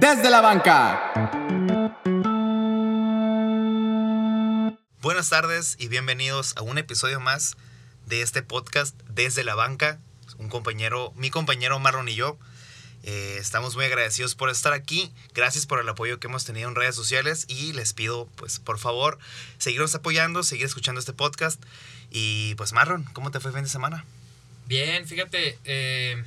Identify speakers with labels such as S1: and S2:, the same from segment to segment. S1: desde la banca.
S2: Buenas tardes y bienvenidos a un episodio más de este podcast desde la banca. Un compañero, mi compañero Marlon y yo, eh, estamos muy agradecidos por estar aquí. Gracias por el apoyo que hemos tenido en redes sociales y les pido, pues, por favor, seguirnos apoyando, seguir escuchando este podcast. Y pues, Marlon, ¿cómo te fue el fin de semana?
S3: Bien, fíjate, eh,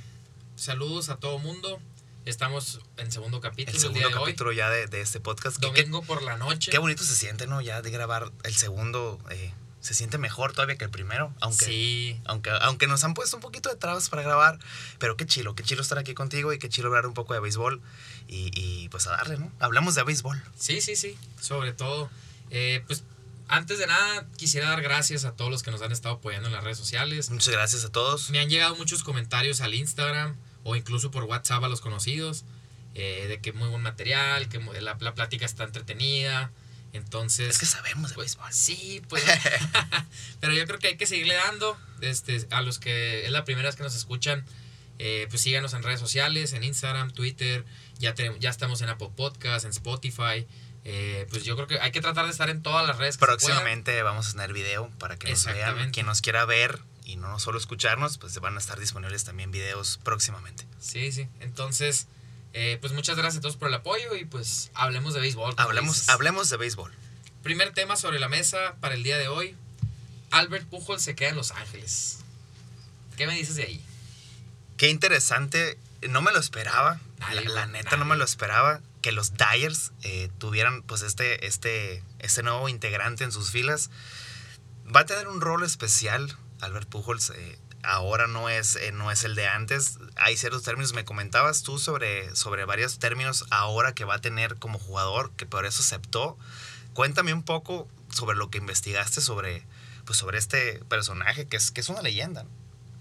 S3: saludos a todo mundo. Estamos en segundo capítulo
S2: El
S3: el,
S2: segundo
S3: día de hoy.
S2: capítulo ya de, de este podcast. ¿Qué- qué-
S3: Domingo por la noche.
S2: Qué bonito se siente, ¿no? Ya de grabar el segundo, eh, se siente mejor todavía que el primero, aunque,
S3: Sí,
S2: aunque, aunque nos han puesto un poquito de trabas para grabar, pero qué chilo, qué chilo estar aquí contigo y qué chilo hablar un poco de béisbol y, y, pues a darle, ¿no? Hablamos de béisbol.
S3: sí, sí, sí. Sobre todo, eh, pues antes de nada quisiera dar gracias a todos los que nos han estado apoyando en las redes sociales.
S2: Muchas gracias a todos.
S3: Me han llegado muchos comentarios al Instagram o incluso por WhatsApp a los conocidos eh, de que muy buen material, que mu- la, la plática está entretenida. Entonces,
S2: Es que sabemos de béisbol.
S3: Sí, pues. Pero yo creo que hay que seguirle dando. Este, a los que es la primera vez que nos escuchan, eh, pues síganos en redes sociales, en Instagram, Twitter. Ya, tenemos, ya estamos en Apple Podcast, en Spotify. eh, pues yo creo que hay que tratar de estar en todas las redes. que se pueda.
S2: Próximamente vamos a tener video para que nos vean.
S3: pues, Exactamente.
S2: Quien nos quiera ver y no solo escucharnos, pues van a estar disponibles también videos próximamente.
S3: Sí, sí. Entonces, eh, pues muchas gracias a todos por el apoyo y pues hablemos de béisbol. como
S2: Hablemos,
S3: dices.
S2: hablemos de béisbol.
S3: Primer tema sobre la mesa para el día de hoy. Albert Pujol se queda en Los Ángeles. ¿Qué me dices de ahí?
S2: Qué interesante. No me lo esperaba. la,
S3: Nadie,
S2: la
S3: güey,
S2: neta
S3: nadie.
S2: no me lo esperaba. Que los Dyers eh, tuvieran pues este, este, este nuevo integrante en sus filas. Va a tener un rol especial. Albert Pujols eh, ahora no es, eh, no es el de antes. Hay ciertos términos. Me comentabas tú sobre, sobre varios términos ahora que va a tener como jugador, que por eso aceptó. Cuéntame un poco sobre lo que investigaste sobre, pues, sobre este personaje, que es, que es una leyenda. ¿no?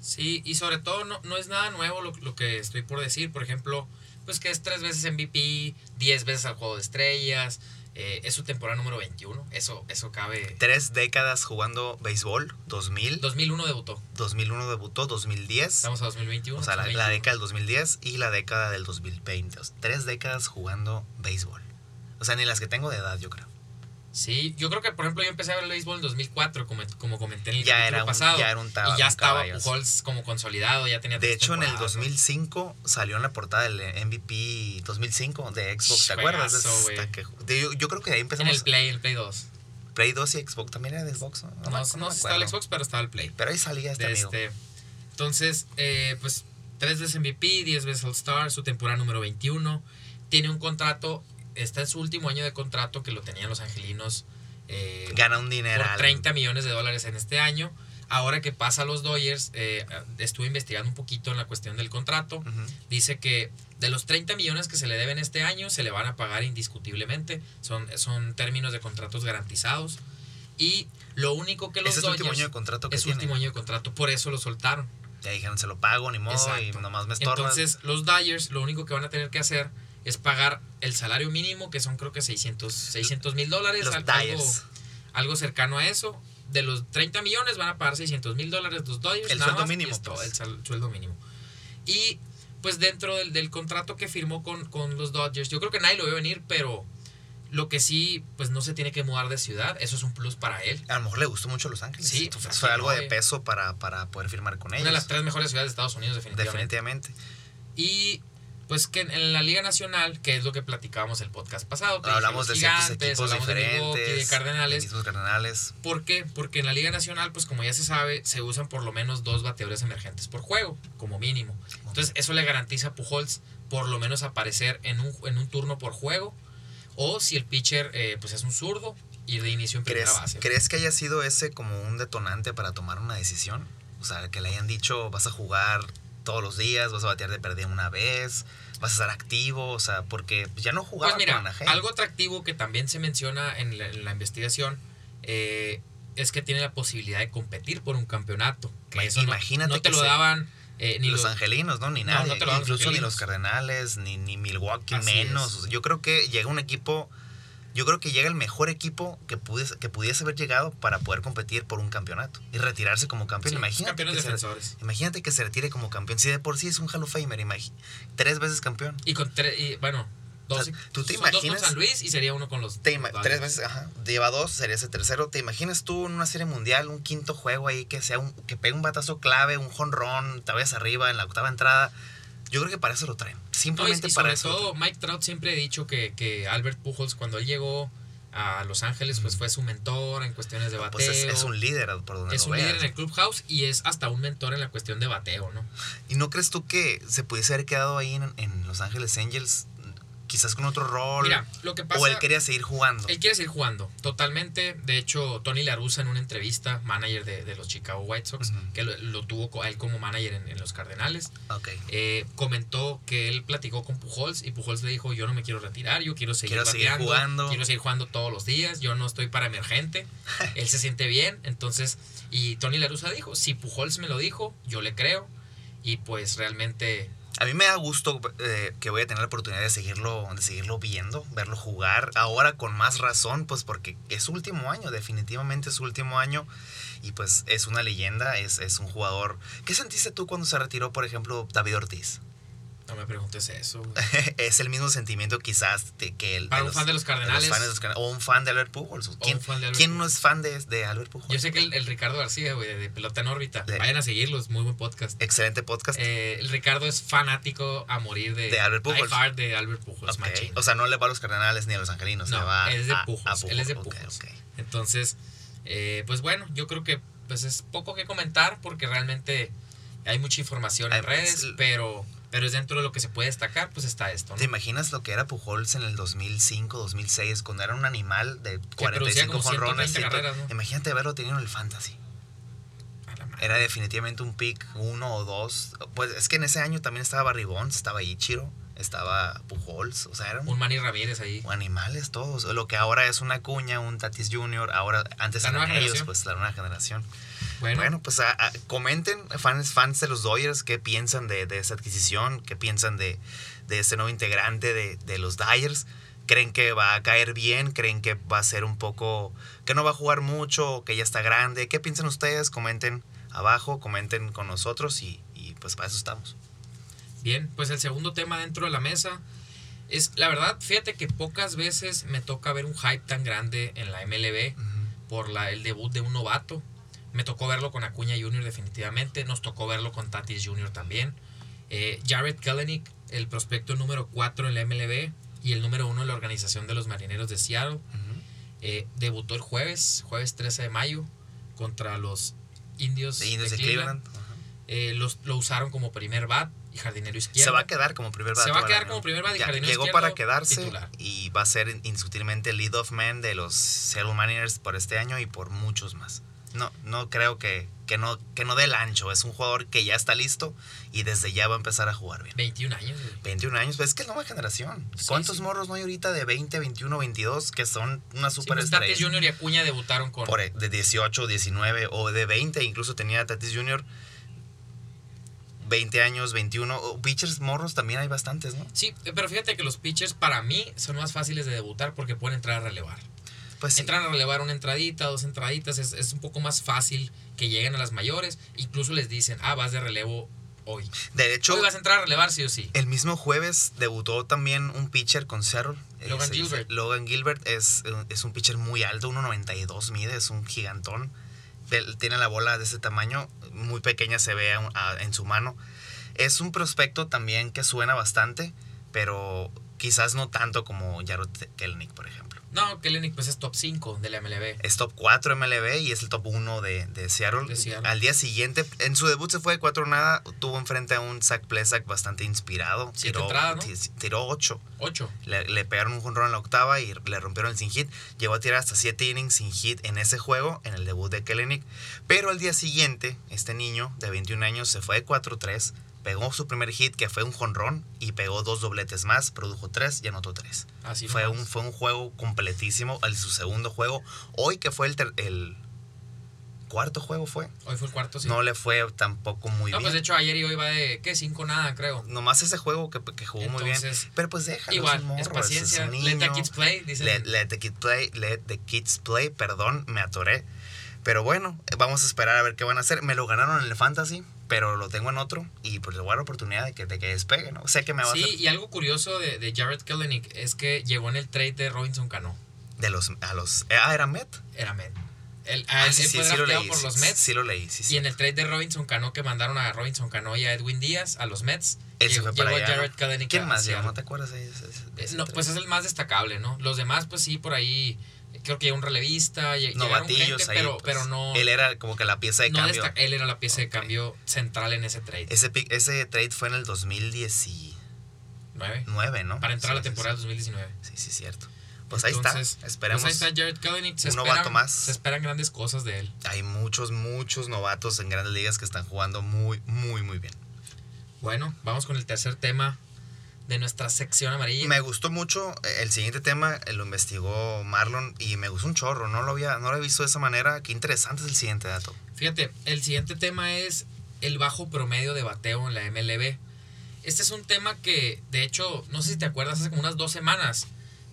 S3: Sí, y sobre todo no, no es nada nuevo lo, lo que estoy por decir. Por ejemplo, pues que es tres veces MVP, diez veces al juego de estrellas. eh, es su temporada número 21. Eso, eso cabe.
S2: Tres décadas jugando béisbol, 2000,
S3: 2001 debutó.
S2: 2001 debutó, 2010,
S3: Estamos a 2021.
S2: o sea, la, la
S3: 2021.
S2: década del 2010 y la década del 2020. O sea, tres décadas jugando béisbol. O sea, ni las que tengo de edad, yo creo.
S3: Sí, yo creo que, por ejemplo, yo empecé a ver el béisbol en 2004, como, como comenté en el
S2: Ya
S3: capítulo
S2: era, un,
S3: pasado.
S2: ya era un taba-
S3: y ya
S2: un
S3: estaba
S2: caballo, así.
S3: Pujols como consolidado, ya tenía
S2: De
S3: tres
S2: hecho, en el
S3: temporadas, ¿no?
S2: 2005 salió en la portada del MVP 2005 de Xbox, ¿te
S3: Juegazo,
S2: acuerdas? Hasta
S3: güey.
S2: que- de- yo, yo creo que de ahí
S3: En
S2: empezamos.
S3: el Play, el Play 2.
S2: Play 2 y Xbox también era de Xbox. No, No me-
S3: No, no,
S2: no me
S3: estaba el
S2: acuerdo.
S3: Xbox, pero estaba el Play.
S2: Pero ahí salía este
S3: de
S2: amigo.
S3: este. Entonces, eh, pues tres veces MVP, 10 veces All-Star, su temporada número 21. Tiene un contrato, está en su último año de contrato que lo tenían los angelinos eh,
S2: Gana un dinero.
S3: por 30 millones de dólares en este año. Ahora que pasa a los Dodgers, eh, estuve investigando un poquito en la cuestión del contrato. Dice que de los 30 millones que se le deben este año, se le van a pagar indiscutiblemente. Son, son términos de contratos garantizados. Y lo único que los
S2: Ese es su último
S3: Dodgers-
S2: año de contrato que
S3: es su
S2: tiene.
S3: último año de contrato, por eso lo soltaron.
S2: Ya dijeron, se lo pago, ni modo, y
S3: Exacto.
S2: nomás me estorban.
S3: Entonces, los Dyers lo único que van a tener que hacer es pagar el salario mínimo, que son creo que 600 600 mil dólares.
S2: los
S3: pues, al-
S2: Dyers.
S3: Algo, algo cercano a eso. De los 30 millones van a pagar 600 mil dólares los Dyers.
S2: El
S3: nada
S2: sueldo
S3: más, y
S2: mínimo,
S3: es todo,
S2: pues.
S3: el sal- sueldo mínimo. Y pues dentro del, del contrato que firmó con, con los Dodgers, yo creo que nadie lo vio venir, pero lo que sí, pues no se tiene que mudar de ciudad. Eso es un plus para él.
S2: A lo mejor le gustó mucho Los Ángeles.
S3: Sí,
S2: Fue-
S3: pues,
S2: fue
S3: sí,
S2: algo
S3: no,
S2: de
S3: eh.
S2: peso para, para poder firmar con ellos.
S3: Una de las tres mejores ciudades de Estados Unidos, definitivamente.
S2: Definitivamente.
S3: Y pues que en- en la Liga Nacional, que es lo que platicábamos el podcast pasado, que
S2: Hablamos de
S3: dije los
S2: ciertos
S3: Gigantes,
S2: equipos
S3: hablamos de
S2: diferentes.
S3: Milwaukee, de
S2: de
S3: Cardenales.
S2: mismos Cardenales.
S3: ¿Por qué? Porque en la Liga Nacional, pues como ya se sabe, se usan por lo menos dos bateadores emergentes por juego, como mínimo. Entonces eso le garantiza a Pujols por lo menos aparecer en un, en un turno por juego. O si el pitcher eh, pues es un zurdo y de inicio en primera
S2: ¿Crees,
S3: base.
S2: ¿Crees que haya sido ese como un detonante para tomar una decisión? O sea, que le hayan dicho, vas a jugar todos los días, vas a batear de perder una vez, vas a estar activo, o sea, porque ya no jugaba
S3: Pues mira,
S2: con Anaheim.
S3: algo atractivo que también se menciona en la, en la investigación eh, es que tiene la posibilidad de competir por un campeonato. Que
S2: Ma-
S3: eso no-
S2: imagínate
S3: no, te
S2: que
S3: lo
S2: se-
S3: daban eh, ni
S2: los
S3: lo-
S2: angelinos, ¿no? Ni
S3: No,
S2: nadie.
S3: no te lo dan los
S2: Incluso ni
S3: angelinos.
S2: los cardenales, ni, ni Milwaukee
S3: Así
S2: menos.
S3: es.
S2: O sea, yo creo que llega un equipo, yo creo que llega el mejor equipo que pudiese, que pudiese haber llegado para poder competir por un campeonato y retirarse como campeón.
S3: sí,
S2: imagínate,
S3: campeones
S2: que se,
S3: defensores.
S2: imagínate que se retire como campeón. Si de por sí es un Hall of Famer, imagi- tres veces campeón.
S3: Y con tre- y, bueno, Dos,
S2: sea, ¿tú te
S3: son dos con
S2: imaginas?
S3: San Luis y sería uno con los.
S2: Te
S3: los
S2: ima-
S3: Dodgers.
S2: tres veces, ajá, lleva dos, sería ese tercero. ¿Te imaginas tú en una serie mundial un quinto juego ahí que sea un, que pegue un batazo clave, un jonrón, tal vez arriba en la octava entrada? Yo creo que para eso lo traen.
S3: No, y,
S2: Simplemente
S3: y
S2: para
S3: sobre
S2: eso. lo
S3: todo, Mike Trout siempre ha dicho que, que Albert Pujols, cuando él llegó a Los Ángeles, pues fue su mentor en cuestiones de
S2: traen.
S3: bateo.
S2: pues es, es un líder por donde
S3: Es
S2: lo
S3: un
S2: veas.
S3: líder en el clubhouse y es hasta un mentor en la cuestión de bateo, ¿no?
S2: ¿Y no crees tú que se pudiese haber quedado ahí en, en Los Ángeles Angels? Quizás con otro rol.
S3: Mira, lo que pasa.
S2: o él quería seguir jugando.
S3: Él quiere seguir jugando, totalmente. De hecho, Tony Larusa en una entrevista, manager de, de los Chicago White Sox,
S2: Ujú.
S3: que lo, lo tuvo co- a él como manager en, en los Cardenales,
S2: Ok.
S3: eh, comentó que él platicó con Pujols y Pujols le dijo, yo no me quiero retirar, yo quiero seguir,
S2: Quiero seguir
S3: bateando,
S2: jugando".
S3: quiero seguir jugando todos los días, yo no estoy para emergente, él se siente bien, entonces, y Tony Larusa dijo, si Pujols me lo dijo, yo le creo, y pues realmente
S2: A mí me da gusto eh, que voy a tener la oportunidad de seguirlo, de seguirlo viendo, verlo jugar. Ahora con más razón, pues porque es su último año, definitivamente es su último año. Y pues es una leyenda, es, es un jugador. ¿Qué sentiste tú cuando se retiró, por ejemplo, David Ortiz?
S3: no me preguntes eso. güey.
S2: es el mismo sentimiento quizás de que el...
S3: Para Ah, un fan de los
S2: de los
S3: Cardenales,
S2: fans de los Cardinals, o un fan de Albert Pujols.
S3: o
S2: ¿Quién,
S3: un fan de Albert
S2: quién no es fan de, de Albert Pujols?
S3: Yo sé que el, el Ricardo García, güey, de Pelota en órbita.
S2: De-
S3: Vayan a seguirlos, muy buen podcast.
S2: Excelente podcast.
S3: Eh, el Ricardo es fanático a morir de,
S2: De Albert Pujols.
S3: Die hard de Albert Pujols,
S2: Ok.
S3: machín.
S2: O sea, no le va a los cardenales ni a los angelinos.
S3: No,
S2: le va
S3: es de
S2: a- a
S3: Pujols, él es de
S2: Ok,
S3: Pujols.
S2: ok.
S3: Entonces, eh, pues bueno, yo creo que pues es poco que comentar porque realmente hay mucha información
S2: Hay-
S3: en redes,
S2: es-
S3: pero, pero es dentro de lo que se puede destacar, pues está esto, ¿no?
S2: ¿Te imaginas lo que era Pujols en el 2005, 2006, cuando era un animal de
S3: producía
S2: 45
S3: como
S2: jonrones?
S3: 130
S2: ciento-
S3: carreras, ¿no?
S2: Imagínate haberlo tenido en el fantasy.
S3: A la madre.
S2: Era definitivamente un pick uno o dos. Pues es que en ese año también estaba Barry Bonds, estaba Ichiro, estaba Pujols. O sea, eran
S3: Un Manny Ramírez ahí.
S2: animales todos. Lo que ahora es una cuña, un Tatis Jr., ahora antes
S3: La
S2: eran
S3: nueva
S2: ellos,
S3: generación.
S2: pues la nueva generación.
S3: Bueno,
S2: Bueno, pues a- a- comenten, fans, fans de los Dodgers, qué piensan de, de esa adquisición, qué piensan de, de este nuevo integrante de, de los Dodgers. ¿Creen que va a caer bien? ¿Creen que va a ser un poco, que no va a jugar mucho, o que ya está grande? ¿Qué piensan ustedes? Comenten abajo, comenten con nosotros y, y pues para eso estamos.
S3: Bien, pues el segundo tema dentro de la mesa es, la verdad, fíjate que pocas veces me toca ver un hype tan grande en la MLB por la, el debut de un novato. Me tocó verlo con Acuña Jr. definitivamente, nos tocó verlo con Tatis Jr. también. Eh, Jared Kelenic, el prospecto número 4 en la MLB y el número 1 en la organización de los marineros de Seattle, eh, debutó el jueves, jueves 13 de mayo, contra los indios
S2: De
S3: de,
S2: Indios de
S3: Cleveland.
S2: Cleveland. ajá.
S3: Eh, los, lo usaron como primer bat y jardinero izquierdo.
S2: Se va a quedar como primer
S3: Se
S2: bate
S3: va a
S2: del
S3: quedar
S2: año.
S3: como primer bate y
S2: Ya,
S3: jardinero
S2: Llegó
S3: izquierdo
S2: para quedarse
S3: titular.
S2: y va a ser indiscutiblemente el lead off man de los Seattle Mariners por este año y por muchos más. No, no creo que, que no, que no dé el ancho. Es un jugador que ya está listo y desde ya va a empezar a jugar bien.
S3: 21 años, güey.
S2: 21 años, pues es que es nueva generación.
S3: Sí,
S2: ¿Cuántos
S3: sí.
S2: morros no hay ahorita de 20, 21, 22 que son una
S3: Sí, pues,
S2: superestrella?
S3: Tatis Jr. y Acuña debutaron con.
S2: Por- e, de 18, 19 o de 20, incluso tenía Tatis Jr. 20 años, 21. o pitchers morros también hay bastantes, ¿no?
S3: Sí, eh, pero fíjate que los pitchers para mí son más fáciles de debutar porque pueden entrar a relevar.
S2: Pues sí.
S3: Entran a relevar una entradita, dos entraditas, es, es un poco más fácil que lleguen a las mayores. Incluso les dicen, ah, vas de relevo hoy.
S2: De hecho,
S3: Hoy vas a entrar a relevar sí o sí.
S2: El mismo jueves debutó también un pitcher con Seattle.
S3: Logan
S2: se dice-
S3: Gilbert.
S2: Logan Gilbert es, es un pitcher muy alto, 1.92 mide, es un gigantón. Él Tiene la bola de ese tamaño, muy pequeña se ve a- a- en su mano. Es un prospecto también que suena bastante, pero quizás no tanto como Jarrod Kelnick, por ejemplo.
S3: No, Kellenic pues es top 5 de la MLB.
S2: Es top 4 MLB y es el top 1 de, de Seattle.
S3: De Seattle.
S2: Al día siguiente, en su debut se fue de 4 nada, tuvo enfrente a un Zach Plesac bastante inspirado.
S3: Siete entradas, ¿no?
S2: ti- Tiró 8.
S3: 8.
S2: Le, le pegaron un jonrón en la octava y le rompieron el sin hit. Llegó a tirar hasta 7 innings sin hit en ese juego, en el debut de Kellenic. Pero al día siguiente, este niño de 21 años se fue de 4-3, pegó su primer hit, que fue un jonrón, y pegó dos dobletes más, produjo 3 y anotó 3.
S3: Así
S2: Fue
S3: nomás.
S2: un, fue un juego completísimo, el, su segundo juego. Hoy que fue el, ter- el cuarto juego fue,
S3: Hoy fue el cuarto, Pues sí.
S2: no le fue tampoco muy
S3: No,
S2: bien.
S3: pues de hecho ayer y hoy va de, ¿qué? 5 nada, creo.
S2: Nomás ese juego que, que jugó Uh, muy bien.
S3: Entonces,
S2: Pero pues déjalo, es
S3: Igual,
S2: un morro,
S3: es
S2: es-
S3: paciencia.
S2: es un
S3: Let the
S2: niño.
S3: kids play, dicen.
S2: Let, let the kids play, let the kids play, perdón, me atoré. Pero bueno, vamos a esperar a ver qué van a hacer. Me lo ganaron en el fantasy. pero lo tengo en otro y pues le voy a dar la oportunidad de que, de que despegue, ¿no? Sé que me va
S3: Sí,
S2: a hacer
S3: y algo curioso de, de Jared Kelenic es que llegó en el trade de Robinson Cano.
S2: de los, a los... Ah, ¿era Met?
S3: Era Met. Él, a
S2: Ah,
S3: él
S2: sí, sí,
S3: fue
S2: sí lo
S3: drafteado
S2: leí.
S3: por
S2: sí,
S3: los
S2: sí,
S3: Mets.
S2: Sí lo leí, sí, sí.
S3: Y en el trade de Robinson Cano que mandaron a Robinson Cano y a Edwin Díaz a los Mets,
S2: Él se
S3: llegó,
S2: fue para
S3: llegó
S2: allá,
S3: Jared
S2: ¿no?
S3: Kelenic.
S2: ¿Quién
S3: a
S2: más llegó?
S3: Seattle.
S2: ¿No te acuerdas de ese- ese- de
S3: Eh,
S2: ese
S3: No,
S2: tres?
S3: pues es el más destacable, ¿no? Los demás, pues sí, por ahí, creo que llegó un relevista, lle- llegaron
S2: Novatillos
S3: gente,
S2: ahí,
S3: pero,
S2: pues.
S3: pero no,
S2: Él era como que la pieza de
S3: no eh,
S2: cambio.
S3: destaca- él era la pieza
S2: Ok.
S3: de cambio central en ese trade.
S2: Ese, pick- ese trade fue en el 2019,
S3: Nueve,
S2: ¿no?
S3: para entrar a
S2: Sí,
S3: la
S2: sí,
S3: temporada 2019.
S2: Sí, sí, sí, cierto. Pues ahí
S3: Entonces,
S2: está. Esperemos.
S3: Pues ahí está Jared Kelenic, se
S2: un
S3: esperan-
S2: novato más.
S3: se esperan grandes cosas de él.
S2: Hay muchos, muchos novatos en grandes ligas que están jugando muy, muy, muy bien.
S3: Bueno, vamos con el tercer tema de nuestra sección amarilla.
S2: Me gustó mucho eh, el siguiente tema, eh, lo investigó Marlon y me gustó un chorro. No lo había, no lo he visto de esa manera. Qué interesante es el siguiente dato.
S3: Fíjate, el siguiente tema es el bajo promedio de bateo en la MLB. Este es un tema que, de hecho, no sé si te acuerdas, hace como unas dos semanas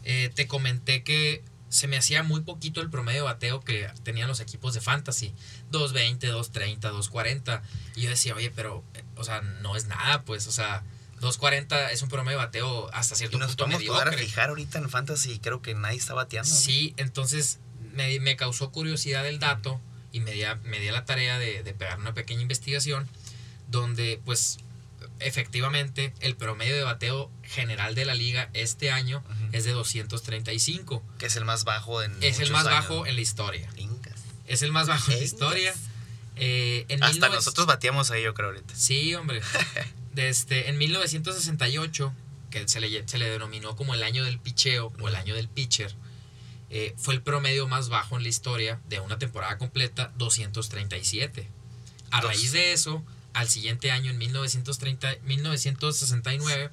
S3: eh, te comenté que se me hacía muy poquito el promedio de bateo que tenían los equipos de fantasy. 220, 230, 240. Y yo decía, oye, pero, eh, o sea, no es nada, pues, o sea, 240 es un promedio de bateo hasta
S2: Y
S3: cierto
S2: nos
S3: punto
S2: podemos poder a
S3: mediocre.
S2: fijar ahorita en Fantasy. Creo que nadie está bateando. ¿no?
S3: Sí, entonces me, me causó curiosidad el dato y me di a, me di a la tarea de, de pegar una pequeña investigación donde pues efectivamente el promedio de bateo general de la liga este año
S2: Ujú.
S3: es de 235.
S2: Que es el más bajo en.
S3: es el
S2: muchos
S3: más
S2: años,
S3: bajo
S2: ¿no?
S3: en la historia.
S2: Incas.
S3: Es el más bajo en la
S2: Incas.
S3: historia. Eh, en
S2: Hasta
S3: 19
S2: nosotros bateamos ahí, yo creo, ahorita.
S3: Sí, hombre. Desde, en 1968, que se le, se le denominó como el año del picheo o el año del pitcher, eh, fue el promedio más bajo en la historia de una temporada completa, 237. A
S2: Dos.
S3: raíz de eso, al siguiente año, en 1930, 1969,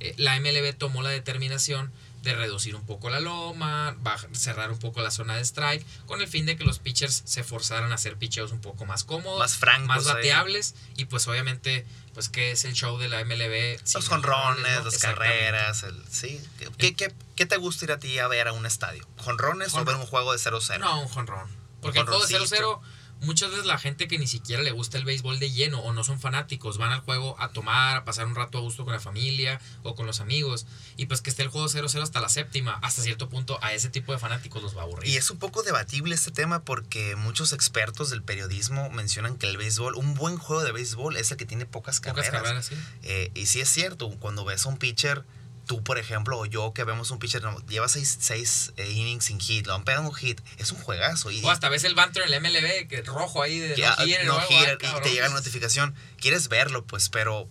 S3: eh, la MLB tomó la determinación de reducir un poco la loma, baj- cerrar un poco la zona de strike, con el fin de que los pitchers se forzaran a hacer picheos un poco más cómodos,
S2: Más francos.
S3: más
S2: ahí.
S3: bateables y pues obviamente pues que es el show de la MLB sin
S2: Los jonrones,
S3: ¿no?
S2: las
S3: Exactamente. Eh.
S2: carreras, el, sí. ¿Qué, qué, qué te gusta ir a ti a ver a un estadio? ¿Jonrones o
S3: Jonrón.
S2: ver un juego de 0-0?
S3: no un jonrón porque el juego de
S2: jonroncito.
S3: 0-0 muchas veces la gente que ni siquiera le gusta el béisbol de lleno o no son fanáticos van al juego a tomar a pasar un rato a gusto con la familia o con los amigos y pues que esté el juego 0-0 hasta la séptima hasta cierto punto a ese tipo de fanáticos los va a aburrir
S2: Y es un poco debatible este tema porque muchos expertos del periodismo mencionan que el béisbol, un buen juego de béisbol es el que tiene pocas carreras.
S3: pocas carreras sí
S2: Eh, y sí es cierto, cuando ves a un pitcher, tú por ejemplo, o yo que vemos un pitcher, no, lleva seis, seis, eh, innings sin hit, lo han pegado un hit, es un juegazo. Y,
S3: o hasta ves el banter en el MLB que rojo ahí de
S2: que,
S3: no
S2: ah,
S3: hitter,
S2: no
S3: luego, ah,
S2: gira, y te
S3: cabrón.
S2: llega la notificación. Quieres verlo, pues, pero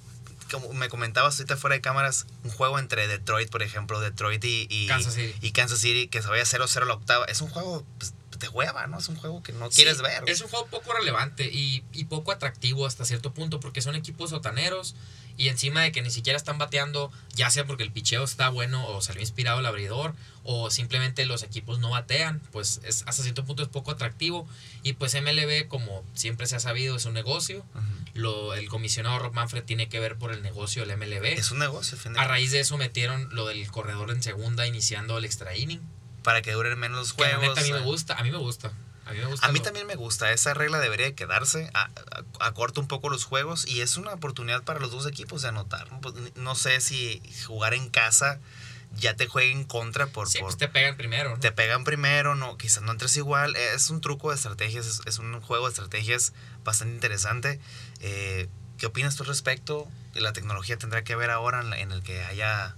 S2: como me comentabas ahorita fuera de cámaras, un juego entre Detroit, por ejemplo, Detroit y, y-
S3: Kansas City.
S2: y Kansas City, que se vaya 0-0 la octava, es un juego pues, de hueva, ¿no? Es un juego que no
S3: Sí,
S2: quieres ver.
S3: Es un juego poco relevante y, y poco atractivo hasta cierto punto porque son equipos sotaneros y encima de que ni siquiera están bateando, ya sea porque el picheo está bueno o salió inspirado el abridor o simplemente los equipos no batean, pues es, hasta cierto punto es poco atractivo y pues MLB como siempre se ha sabido es un negocio,
S2: Ujú.
S3: lo, el comisionado Rob Manfred tiene que ver por el negocio del MLB.
S2: Es un negocio, al fin de
S3: a raíz de eso metieron lo del corredor en segunda iniciando el extra inning.
S2: cuentas, para que duren menos los
S3: Que la
S2: juegos.
S3: neta a mí me
S2: eh.
S3: gusta, a mí me gusta. A mí, me gusta
S2: A mí
S3: lo-
S2: también me gusta, esa regla debería de quedarse, a- a- acorta un poco los juegos y es una oportunidad para los dos equipos de anotar. ¿no? Pues, n- No sé si jugar en casa ya te juega en contra por,
S3: Sí,
S2: por-
S3: pues te pegan primero. ¿no?
S2: te pegan primero, no, quizás no entres igual. eh, Es un truco de estrategias, es, es un juego de estrategias bastante interesante. Eh, ¿Qué opinas tú al respecto? La tecnología tendrá que ver ahora en, la- en el que haya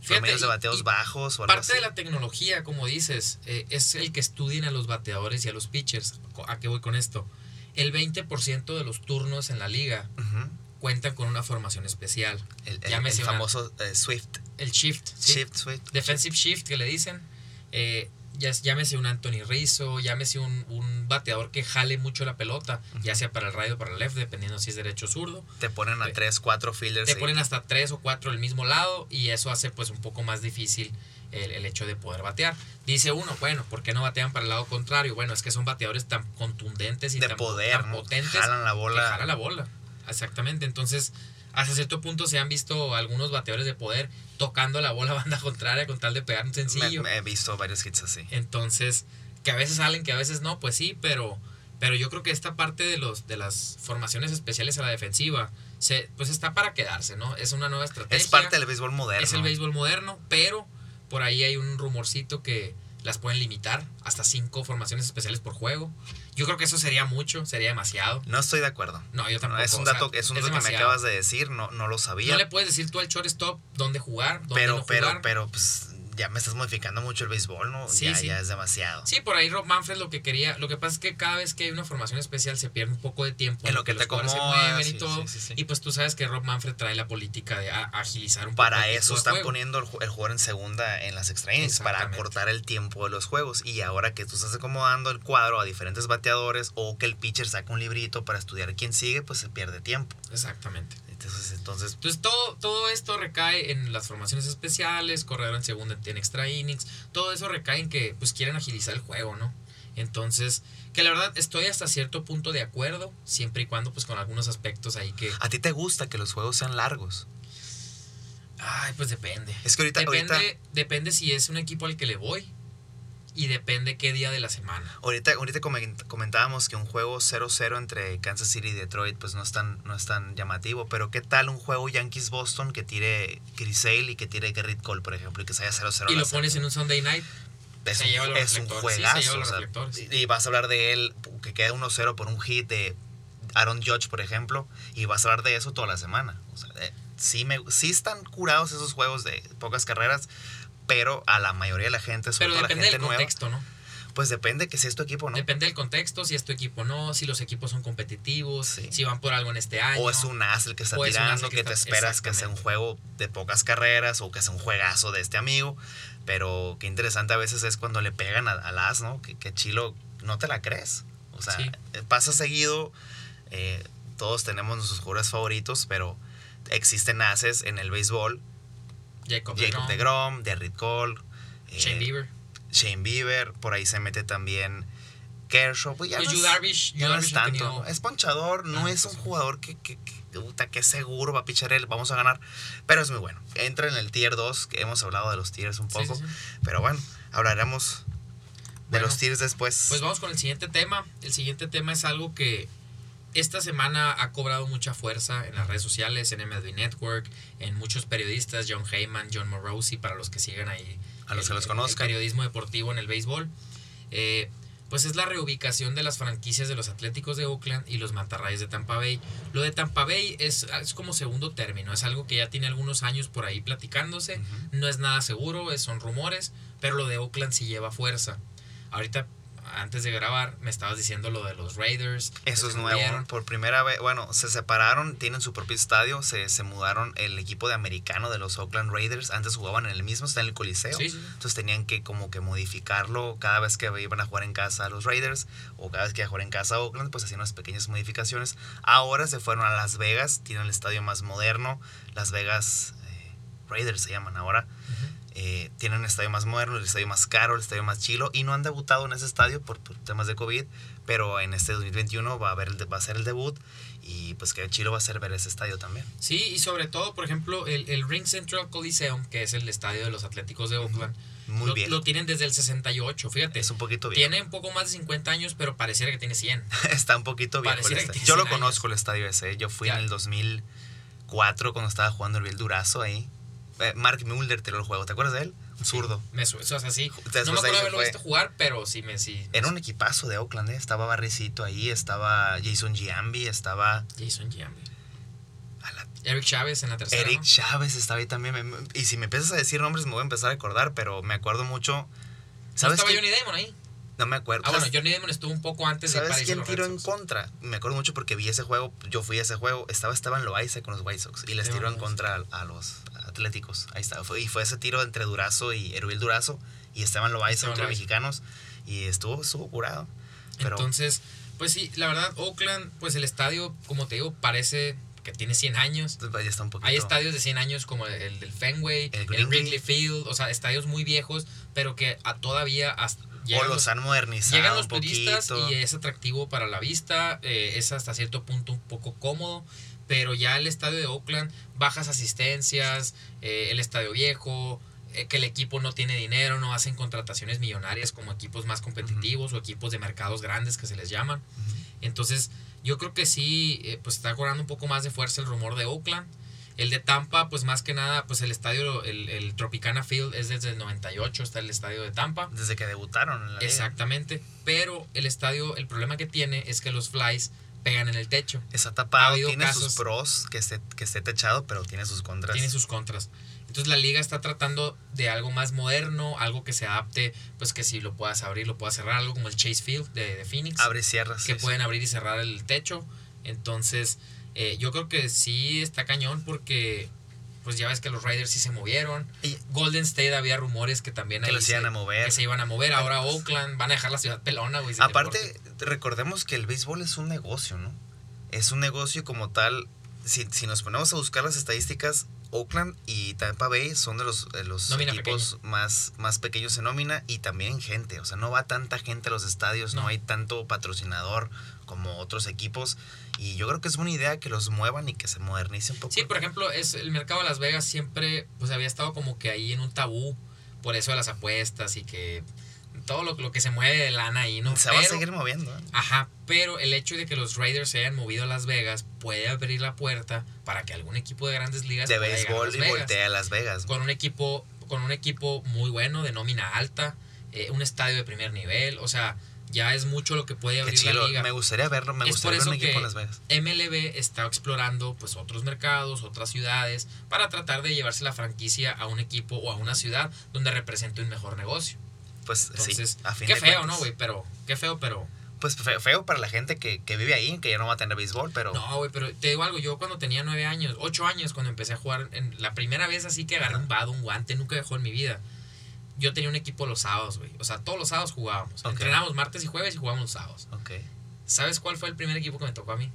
S3: Fíjate,
S2: promedios de
S3: y-
S2: bateos
S3: y
S2: bajos o algo
S3: Parte de
S2: así.
S3: la tecnología, como dices, eh, es el que estudien a los bateadores y a los pitchers. Co- ¿A qué voy con esto? El 20% de los turnos en la liga
S2: Ujú.
S3: cuentan con una formación especial.
S2: El, el-
S3: Ya
S2: el
S3: mencionaste.
S2: famoso eh, Swift.
S3: El shift. ¿sí?
S2: Shift, Swift.
S3: Defensive shift que le dicen. Eh, ya, es- llámese un Anthony Rizzo, llámese un, un bateador que jale mucho la pelota, ya sea para el radio o para el left, dependiendo si es derecho o zurdo.
S2: Te ponen a
S3: Te-
S2: tres, cuatro fielders.
S3: te
S2: ahí.
S3: ponen hasta tres o cuatro del mismo lado y eso hace pues un poco más difícil el, el hecho de poder batear. Dice uno, bueno, ¿por qué no batean para el lado contrario? Bueno, es que son bateadores tan contundentes y
S2: de
S3: tan,
S2: poder,
S3: tan
S2: ¿no?
S3: potentes
S2: Jalan la
S3: que
S2: bola.
S3: jalan la bola. Exactamente, entonces hasta cierto punto se han visto algunos bateadores de poder tocando la bola a banda contraria con tal de pegar un
S2: Me-
S3: sencillo.
S2: me he visto varios hits así.
S3: Entonces, que a veces salen, que a veces no, pues sí, pero Pero yo creo que esta parte de, los, de las formaciones especiales a la defensiva, se, pues está para quedarse, ¿no? Es una nueva estrategia.
S2: Es parte del béisbol moderno.
S3: Es el béisbol moderno, pero por ahí hay un rumorcito que las pueden limitar hasta cinco formaciones especiales por juego. Yo creo que eso sería mucho, sería demasiado.
S2: No estoy de acuerdo.
S3: No, yo tampoco.
S2: Es un
S3: o sea,
S2: dato, es un
S3: es
S2: dato que me
S3: demasiado.
S2: acabas de decir, no, no lo sabía.
S3: No le puedes decir tú al shortstop dónde jugar, dónde
S2: pero,
S3: no
S2: pero,
S3: jugar.
S2: pero, pues ya me estás modificando mucho el béisbol, ¿no?
S3: Sí,
S2: ya,
S3: sí.
S2: ya es demasiado.
S3: Sí, por ahí Rob Manfred lo que quería, lo que pasa es que cada vez que hay una formación especial se pierde un poco de tiempo
S2: En lo que
S3: los
S2: te
S3: jugadores se
S2: acomodas,
S3: mueven y
S2: sí,
S3: todo.
S2: sí, sí, sí.
S3: Y pues tú sabes que Rob Manfred trae la política de a- agilizar un poco.
S2: Para
S3: el
S2: eso
S3: tipo de
S2: están
S3: juego.
S2: poniendo el, ju- el jugador en segunda en las extra innings, para
S3: Exactamente.
S2: acortar el tiempo de los juegos. Y ahora que tú estás acomodando el cuadro a diferentes bateadores o que el pitcher saca un librito para estudiar quién sigue, pues se pierde tiempo.
S3: Exactamente.
S2: Entonces, entonces
S3: Entonces todo, todo esto recae en las formaciones especiales, corredor en segunda en extra innings, todo eso recae en que pues quieren agilizar el juego, ¿no? Entonces, que la verdad estoy hasta cierto punto de acuerdo, siempre y cuando pues con algunos aspectos ahí que,
S2: ¿a ti te gusta que los juegos sean largos?
S3: ay, pues depende.
S2: Es que ahorita,
S3: Depende,
S2: ahorita,
S3: depende si es un equipo al que le voy y depende qué día de la semana.
S2: ahorita, ahorita comen- comentábamos que un juego 0-0 entre Kansas City y Detroit pues no es tan, no es tan llamativo, pero ¿qué tal un juego Yankees-Boston que tire Chris Sale y que tire Gerrit Cole, por ejemplo, y que se haya 0-0?
S3: Y
S2: la
S3: lo pones
S2: serie?
S3: en un Sunday night.
S2: es
S3: Se
S2: un,
S3: lleva los
S2: es un
S3: reflectores, sí, se lleva
S2: juegazo.
S3: los
S2: o sea,
S3: reflectores.
S2: y, y vas a hablar de él, que queda 1-0 por un hit de Aaron Judge, por ejemplo, y vas a hablar de eso toda la semana. O sea, eh, sí, me, sí están curados esos juegos de pocas carreras, pero a la mayoría de la gente, sobre
S3: Pero
S2: todo a la
S3: depende
S2: gente
S3: del
S2: nueva,
S3: contexto, ¿no?
S2: pues depende que si es tu equipo, ¿no?
S3: Depende del contexto, si es tu equipo o no, si los equipos son competitivos,
S2: Sí.
S3: si van por algo en este año.
S2: O es un as el que está
S3: O es un as
S2: tirando,
S3: el que
S2: que, te
S3: está-
S2: esperas que sea un
S3: exactamente.
S2: juego de pocas carreras o que sea un juegazo de este amigo. Pero qué interesante a veces es cuando le pegan a- al as, ¿no? Que, que chilo, no te la crees. O sea,
S3: Sí.
S2: eh, pasa seguido. eh, todos tenemos nuestros jugadores favoritos, pero existen ases en el béisbol.
S3: Jacob,
S2: Jacob
S3: DeGrom,
S2: DeGrom, Derrick Cole, eh,
S3: Shane Bieber.
S2: Shane Bieber, Por ahí se mete también Kershaw. Pues ya
S3: Pues
S2: no
S3: Yu
S2: es-
S3: Darvish, Yu
S2: no
S3: Darvish
S2: es
S3: ha
S2: tanto.
S3: tenido-
S2: ¿no? Es ponchador, no
S3: Ah,
S2: es un
S3: pues,
S2: jugador que, que, que- puta, que seguro va a pichar él, vamos a ganar. Pero es muy bueno. Entra en el tier 2, que hemos hablado de los tiers un
S3: Sí, sí,
S2: poco.
S3: sí.
S2: Pero bueno, hablaremos de
S3: Bueno,
S2: los tiers después.
S3: Pues vamos con el siguiente tema. El siguiente tema es algo que esta semana ha cobrado mucha fuerza en las redes sociales, en MLB Network, en muchos periodistas, John Heyman, John Morosi, para los que sigan ahí.
S2: A los que
S3: el-
S2: los
S3: el
S2: conozcan.
S3: periodismo deportivo en el béisbol. Eh, pues es la reubicación de las franquicias de los Atléticos de Oakland y los Matarrayes de Tampa Bay. Lo de Tampa Bay es, es como segundo término, es algo que ya tiene algunos años por ahí platicándose.
S2: Ujú.
S3: No es nada seguro, es- son rumores, pero lo de Oakland sí lleva fuerza. Ahorita, antes de grabar, me estabas diciendo lo de los Raiders.
S2: Eso
S3: que
S2: es
S3: se
S2: nuevo.
S3: movieron.
S2: Por primera vez, bueno, se separaron, tienen su propio estadio, se, se mudaron el equipo de americano de los Oakland Raiders. Antes jugaban en el mismo, está en el Coliseo.
S3: Sí, sí.
S2: Entonces tenían que como que modificarlo cada vez que iban a jugar en casa a los Raiders o cada vez que iban a jugar en casa a Oakland, pues hacían unas pequeñas modificaciones. Ahora se fueron a Las Vegas, tienen el estadio más moderno. Las Vegas eh, Raiders se llaman ahora.
S3: Ujú.
S2: Eh, tienen el estadio más moderno, el estadio más caro, el estadio más chilo y no han debutado en ese estadio por, por temas de COVID, pero en este 2021 va a, haber el de- va a ser el debut y pues que chilo va a ser ver ese estadio también.
S3: Sí, y sobre todo, por ejemplo, el, el Ring Central Coliseum, que es el estadio de los Atléticos de Oakland,
S2: Muy
S3: lo,
S2: bien.
S3: lo tienen desde el 68, fíjate.
S2: es un poquito bien.
S3: Tiene un poco más de 50 años, pero pareciera que tiene 100.
S2: Está un poquito viejo el
S3: Pareciera que
S2: estadio.
S3: tiene
S2: Yo lo
S3: 100 años.
S2: conozco el estadio ese. Yo fui
S3: Ya.
S2: en el 2004 cuando estaba jugando el Biel Durazo ahí. Eh, Mark Mulder tiró el juego. ¿Te acuerdas de él? Un zurdo.
S3: Me su- eso es así.
S2: Después
S3: no
S2: pues, ahí se
S3: me acuerdo haberlo
S2: fue.
S3: visto jugar, pero sí me sí.
S2: Era un equipazo de Oakland. eh. Estaba Barricito ahí, estaba Jason Giambi, estaba
S3: Jason Giambi.
S2: a la-
S3: Eric Chávez en la tercera.
S2: Eric
S3: Este, ¿no?
S2: Chávez estaba ahí también. Me- me- Y si me empiezas a decir nombres me voy a empezar a acordar, pero me acuerdo mucho.
S3: ¿No
S2: ¿Sabes
S3: estaba
S2: quién?
S3: Johnny Damon ahí?
S2: No me acuerdo.
S3: Ah, bueno,
S2: ¿Sabes-
S3: Johnny Damon estuvo un poco antes de
S2: ¿Sabes
S3: París
S2: quién
S3: los
S2: tiró
S3: Red
S2: en
S3: Sox.
S2: contra? Me acuerdo mucho porque vi ese juego, yo fui a ese juego, estaba Esteban Loaiza con los White Sox y les
S3: Esteban
S2: tiró en
S3: Loaiza.
S2: contra a, a los Atléticos. Ahí estaba. Fue- y fue ese tiro entre Durazo y Eruil Durazo y Esteban Loaiza
S3: Esteban
S2: entre
S3: Loaiza.
S2: mexicanos y estuvo, estuvo curado. Pero
S3: Entonces, pues sí, la verdad, Oakland, pues el estadio, como te digo, parece que tiene 100 años.
S2: ya pues, está un poquito.
S3: Hay estadios de 100 años como el del Fenway,
S2: El
S3: el,
S2: Wrigley.
S3: Wrigley Field, o sea, estadios muy viejos, pero que a- todavía hasta
S2: o
S3: llegan
S2: los
S3: los,
S2: han modernizado
S3: llegan los
S2: un
S3: turistas
S2: poquito.
S3: y eh, es atractivo para la vista, eh, es hasta cierto punto un poco cómodo, pero ya el estadio de Oakland, bajas asistencias, eh, el estadio viejo, eh, que el equipo no tiene dinero, no hacen contrataciones millonarias como equipos más competitivos o equipos de mercados grandes que se les llaman. Entonces, yo creo que sí, eh, pues está cobrando un poco más de fuerza el rumor de Oakland. El de Tampa, pues más que nada, pues el estadio, el, el Tropicana Field es desde el 98, está el estadio de Tampa.
S2: Desde que debutaron en la liga.
S3: Exactamente, pero el estadio, el problema que tiene es que los Flies pegan en el techo.
S2: Está
S3: Ha
S2: tapado,
S3: habido
S2: tiene
S3: casos-
S2: sus pros que esté, que esté techado, pero tiene sus contras.
S3: Tiene sus contras. Entonces la liga está tratando de algo más moderno, algo que se adapte, pues que si lo puedas abrir, lo puedas cerrar, algo como el Chase Field de, de Phoenix,
S2: Abre y cierra.
S3: que
S2: sí, sí.
S3: pueden abrir y cerrar el techo. Entonces eh, yo creo que sí está cañón porque pues ya ves que los Raiders sí se movieron.
S2: Y-
S3: Golden State había rumores que también
S2: Que
S3: ahí
S2: los iban
S3: se-
S2: a mover.
S3: que se iban a mover. Ahora Oakland van a dejar la ciudad pelona, güey. sin
S2: Aparte,
S3: deporte.
S2: recordemos que el béisbol es un negocio, ¿no? Es un negocio como tal. Si, si nos ponemos a buscar las estadísticas, Oakland y Tampa Bay son de los, de los
S3: Nómina
S2: equipos más, más pequeños en nómina y también en gente. O sea, no va tanta gente a los estadios, no,
S3: No.
S2: hay tanto patrocinador como otros equipos. Y yo creo que es buena idea que los muevan y que se modernicen un poco.
S3: Sí, por ejemplo, es el mercado de Las Vegas siempre pues había estado como que ahí en un tabú por eso de las apuestas y que todo lo, lo que se mueve de lana ahí, ¿no?
S2: se va a
S3: Pero-
S2: seguir moviendo. ¿eh?
S3: Ajá, pero el hecho de que los Raiders se hayan movido a Las Vegas puede abrir la puerta para que algún equipo de grandes ligas
S2: De
S3: pueda llegar a
S2: béisbol
S3: Las
S2: y
S3: Vegas.
S2: voltea a Las Vegas.
S3: con un equipo con un equipo muy bueno de nómina alta, eh, un estadio de primer nivel, o sea, ya es mucho lo que puede
S2: Qué
S3: abrir
S2: chido,
S3: la liga.
S2: Me gustaría verlo, me
S3: Es por
S2: gustaría ver un
S3: eso
S2: equipo
S3: que-
S2: en Las Vegas.
S3: MLB está explorando pues otros mercados, otras ciudades, para tratar de llevarse la franquicia a un equipo o a una ciudad donde represente un mejor negocio.
S2: Pues
S3: Entonces,
S2: sí, a fin
S3: qué
S2: de
S3: feo,
S2: cuentas.
S3: ¿no, güey? Pero, qué feo, pero...
S2: Pues fe- feo para la gente que, que vive ahí, que ya no va a tener béisbol, pero
S3: No, güey, pero te digo algo, yo cuando tenía nueve años, ocho años, cuando empecé a jugar, en la primera vez así que agarré un vado, un guante, nunca dejó en mi vida. Yo tenía un equipo los sábados, güey. O sea, todos los sábados jugábamos.
S2: Ok.
S3: Entrenábamos martes y jueves y jugábamos los sábados.
S2: ok.
S3: ¿Sabes cuál fue el primer equipo que me tocó a mí?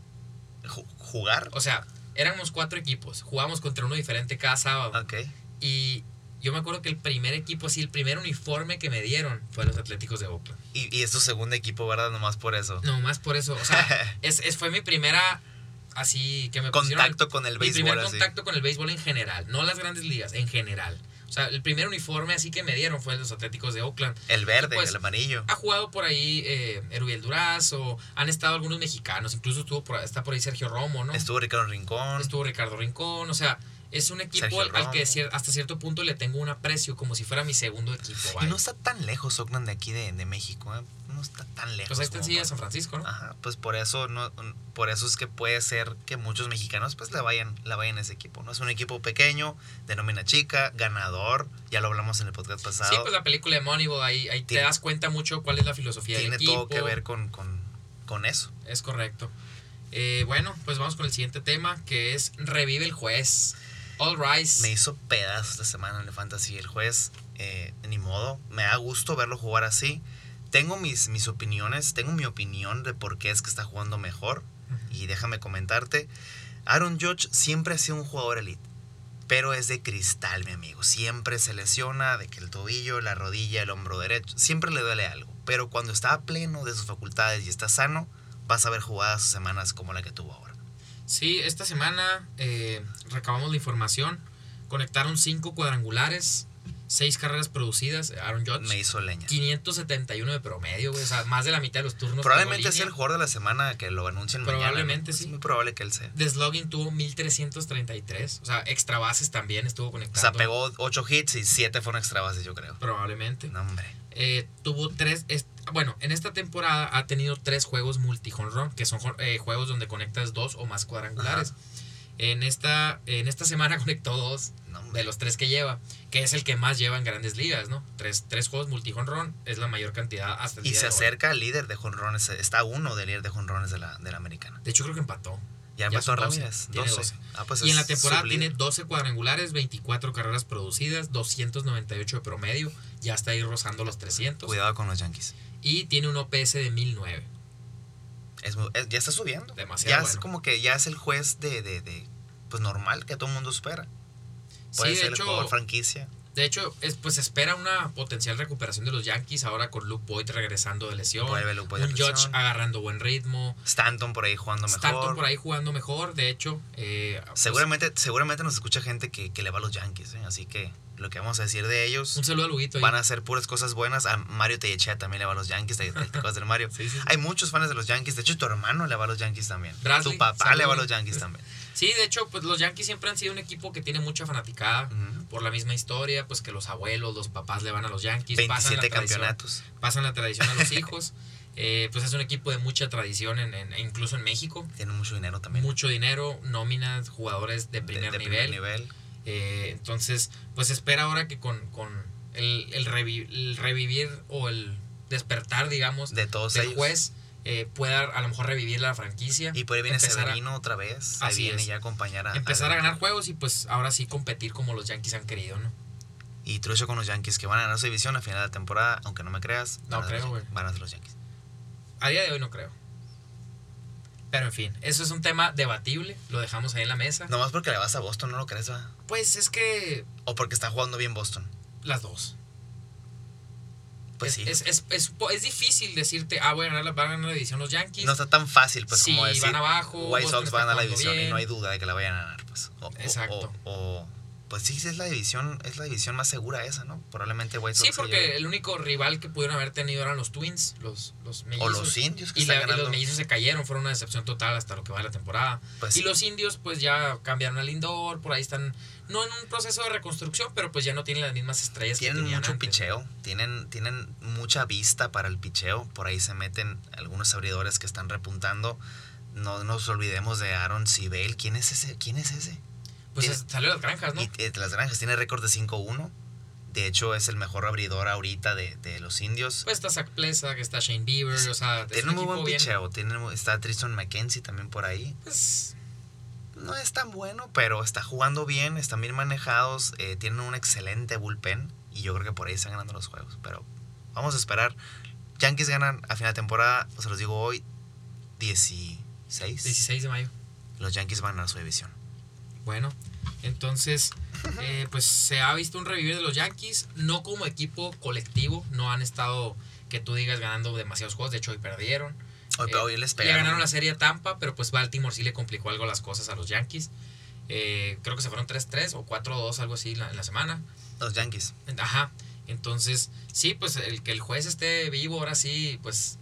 S2: Ju- jugar,
S3: O sea, éramos cuatro equipos. Jugábamos contra uno diferente cada sábado.
S2: ok.
S3: Y yo me acuerdo que el primer equipo, sí, el primer uniforme que me dieron fue los Atléticos de Oakland.
S2: Y, y es tu segundo equipo, ¿verdad? Nomás por eso.
S3: No, más por eso. O sea, es, es- fue mi primera, así, que me pusieron el-
S2: contacto con el
S3: mi
S2: béisbol
S3: primer
S2: así.
S3: contacto con el béisbol en general, no las grandes ligas, en general. O sea, el primer uniforme así que me dieron fue los Atléticos de Oakland.
S2: El verde,
S3: Pues-
S2: el amarillo.
S3: Ha jugado por ahí eh, Erubiel Duraz o han estado algunos mexicanos, incluso estuvo por- está por ahí Sergio Romo, ¿no?
S2: Estuvo Ricardo Rincón.
S3: Estuvo Ricardo Rincón, o sea, es un equipo
S2: Sergio
S3: al, al que
S2: Romo.
S3: cier- hasta cierto punto le tengo un aprecio, como si fuera mi segundo equipo.
S2: y
S3: vaya.
S2: no está tan lejos Oakland de aquí de, de México, ¿eh? No está tan lejos.
S3: Pues ahí está
S2: como
S3: enseguida
S2: para-
S3: San Francisco, ¿no?
S2: Ajá, pues por eso no por eso es que puede ser que muchos mexicanos pues la vayan, la vayan a ese equipo, ¿no? Es un equipo pequeño, de nómina chica, ganador, ya lo hablamos en el podcast pasado.
S3: Sí, pues la película de Moneyball, ahí, ahí te
S2: Ah, Tiene-
S3: das cuenta mucho cuál es la filosofía del
S2: Tiene
S3: equipo.
S2: todo que ver con, con, con eso.
S3: Es correcto. Eh, bueno, pues vamos con el siguiente tema, que es Revive el juez. All Rise.
S2: Me hizo pedazos esta semana en el Fantasy el juez, eh, ni modo, me da gusto verlo jugar así. Tengo mis, mis opiniones, tengo mi opinión de por qué es que está jugando mejor.
S3: Ujú.
S2: y déjame comentarte, Aaron Judge siempre ha sido un jugador elite, pero es de cristal, mi amigo. Siempre se lesiona de que el tobillo, la rodilla, el hombro derecho, siempre le duele algo. Pero cuando está a pleno de sus facultades y está sano, vas a ver jugadas o semanas como la que tuvo ahora.
S3: Sí, esta semana eh, recabamos la información. Conectaron cinco cuadrangulares, seis carreras producidas, Aaron Judge.
S2: Me hizo leña.
S3: 571 de promedio, güey, O sea, más de la mitad de los turnos.
S2: Probablemente
S3: pegó
S2: sea el
S3: línea.
S2: jugador de la semana que lo anuncien mañana. ¿no?
S3: Probablemente
S2: Es
S3: sí.
S2: muy probable que él sea.
S3: Deslogging tuvo 1333. O sea, extra bases también estuvo
S2: O
S3: conectado.
S2: sea, pegó 8 hits y 7 fueron extra bases, yo creo.
S3: Probablemente.
S2: No, hombre.
S3: Eh, tuvo tres. es- bueno, en esta temporada ha tenido tres juegos multi home run, que son eh, juegos donde conectas dos o más cuadrangulares. En esta, en esta semana conectó dos
S2: No,
S3: de
S2: hombre.
S3: los tres que lleva, que es el que más lleva en grandes ligas, ¿no? Tres, tres juegos multi home run es la mayor cantidad hasta el
S2: Y
S3: día
S2: se
S3: de hoy.
S2: acerca al líder de jonrones. Está uno del líder de jonrones de la, de la americana.
S3: De hecho, creo que empató.
S2: Ya
S3: Ya
S2: empezó
S3: son 12,
S2: Ramírez.
S3: tiene
S2: 12.
S3: 12.
S2: Ah, pues
S3: y
S2: es
S3: en la temporada
S2: sublíder.
S3: tiene 12 cuadrangulares, 24 carreras producidas, 298 de promedio, ya está ahí rozando los 300.
S2: Cuidado con los Yankees.
S3: Y tiene un OPS de 1009.
S2: Es muy- es- ya está subiendo.
S3: Demasiado
S2: Ya es
S3: bueno.
S2: como que ya es el juez de, de, de, pues normal que todo el mundo espera. Puede ser
S3: Sí, de
S2: el
S3: hecho,
S2: jugador franquicia.
S3: De hecho, es, pues se espera una potencial recuperación de los Yankees ahora con Luke Boyd regresando de lesión.
S2: Vuelve Luke Boyd de
S3: un Judge
S2: lesión.
S3: agarrando buen ritmo.
S2: Stanton por ahí jugando mejor.
S3: Stanton por ahí jugando mejor, de hecho. eh, pues,
S2: Seguramente, seguramente nos escucha gente que, que le va a los Yankees, ¿eh? así que lo que vamos a decir de ellos.
S3: Un saludo a Luguito. ahí.
S2: Van a ser puras cosas buenas. A Mario Tellechea también le va a los Yankees. Te, te acuerdas del Mario.
S3: Sí, sí, sí.
S2: Hay muchos fans de los Yankees. De hecho, tu hermano le va a los Yankees también.
S3: Bradley,
S2: tu papá le va a
S3: saludos.
S2: los Yankees también.
S3: Sí, de hecho, pues los Yankees siempre han sido un equipo que tiene mucha fanaticada
S2: Ujú.
S3: por la misma historia, pues que los abuelos, los papás le van a los Yankees, pasan la
S2: 27
S3: tradición,
S2: campeonatos.
S3: pasan la tradición a los hijos. Eh, pues es un equipo de mucha tradición, en, en- incluso en México.
S2: Tienen mucho dinero también.
S3: Mucho dinero, nóminas, jugadores de primer
S2: de, de
S3: nivel.
S2: primer nivel.
S3: Eh, entonces, pues espera ahora que con, con el, el revi- el revivir o el despertar, digamos,
S2: De todos
S3: del
S2: ellos.
S3: juez, eh, pueda a lo mejor revivir la franquicia.
S2: Y por ahí viene
S3: empezar a-
S2: Severino otra vez. Ahí
S3: Así
S2: viene
S3: es.
S2: ya a acompañar a.
S3: empezar a ganar juegos y pues ahora sí competir como los Yankees han querido, ¿no?
S2: Y trucho con los Yankees que van a ganar su división a final de la temporada. Aunque no me creas.
S3: No
S2: van a ser
S3: creo,
S2: los-
S3: güey.
S2: Van a ser los Yankees.
S3: A día de hoy no creo. Pero en fin, eso es un tema debatible, lo dejamos ahí en la mesa.
S2: Nomás porque le vas a Boston, no lo crees, va.
S3: Pues es que
S2: O porque está jugando bien Boston.
S3: las dos.
S2: Pues
S3: es,
S2: sí.
S3: Es, es- es- es difícil decirte, ah, voy a ganar la, van a ganar la división los Yankees.
S2: no está tan fácil, pues,
S3: Sí,
S2: como decir.
S3: van abajo,
S2: White
S3: Boston
S2: Sox
S3: está
S2: van a la
S3: jugando
S2: división y
S3: bien.
S2: no hay duda de que la vayan a ganar, pues. O- o-
S3: Exacto.
S2: O, o- pues sí, sí, es la división, es la división más segura esa, ¿no? Probablemente White Sox.
S3: Sí,
S2: se
S3: porque
S2: lleve.
S3: el único rival que pudieron haber tenido eran los Twins, los, los
S2: o
S3: mellizos.
S2: los indios que
S3: y, la-
S2: están
S3: y
S2: ganando.
S3: los mellizos se cayeron, fueron una decepción total hasta lo que va de la temporada.
S2: pues,
S3: Y los indios, pues ya cambiaron al Lindor, por ahí están, no en un proceso de reconstrucción, pero pues ya no tienen las mismas estrellas que
S2: tienen
S3: tenían
S2: mucho
S3: antes.
S2: picheo, tienen, tienen mucha vista para el picheo. Por ahí se meten algunos abridores que están repuntando. No nos olvidemos de Aaron Sibel. ¿Quién es ese? ¿Quién es ese?
S3: Pues
S2: Tiene-
S3: es- salió de las granjas, ¿no?
S2: Y eh, las granjas tiene récord de 5-1. De hecho, es el mejor abridor ahorita de, de los indios.
S3: Pues está Zach Plesa, que está Shane Bieber, o sea, Pues, es
S2: Tiene
S3: un
S2: muy
S3: equipo
S2: buen
S3: bien,
S2: picheo. Tiene, mu- está Tristan McKenzie también por ahí.
S3: pues,
S2: No es tan bueno, pero está jugando bien, están bien manejados, eh, tienen un excelente bullpen y yo creo que por ahí están ganando los juegos. Pero vamos a esperar. Yankees ganan a final de temporada, se los digo hoy, 16.
S3: 16 de mayo.
S2: Los Yankees van a ganar su división.
S3: Bueno, entonces, eh, pues se ha visto un revivir de los Yankees, no como equipo colectivo, no han estado que tú digas ganando demasiados juegos, de hecho hoy perdieron.
S2: Hoy,
S3: Eh,
S2: pero hoy les
S3: Ya
S2: pegaron.
S3: ganaron la serie a Tampa, pero pues Baltimore sí le complicó algo las cosas a los Yankees. Eh, creo que se fueron 3-3 o 4-2, algo así, la- en la semana.
S2: Los Yankees.
S3: Ajá. Entonces, sí, pues el que el juez esté vivo ahora sí, pues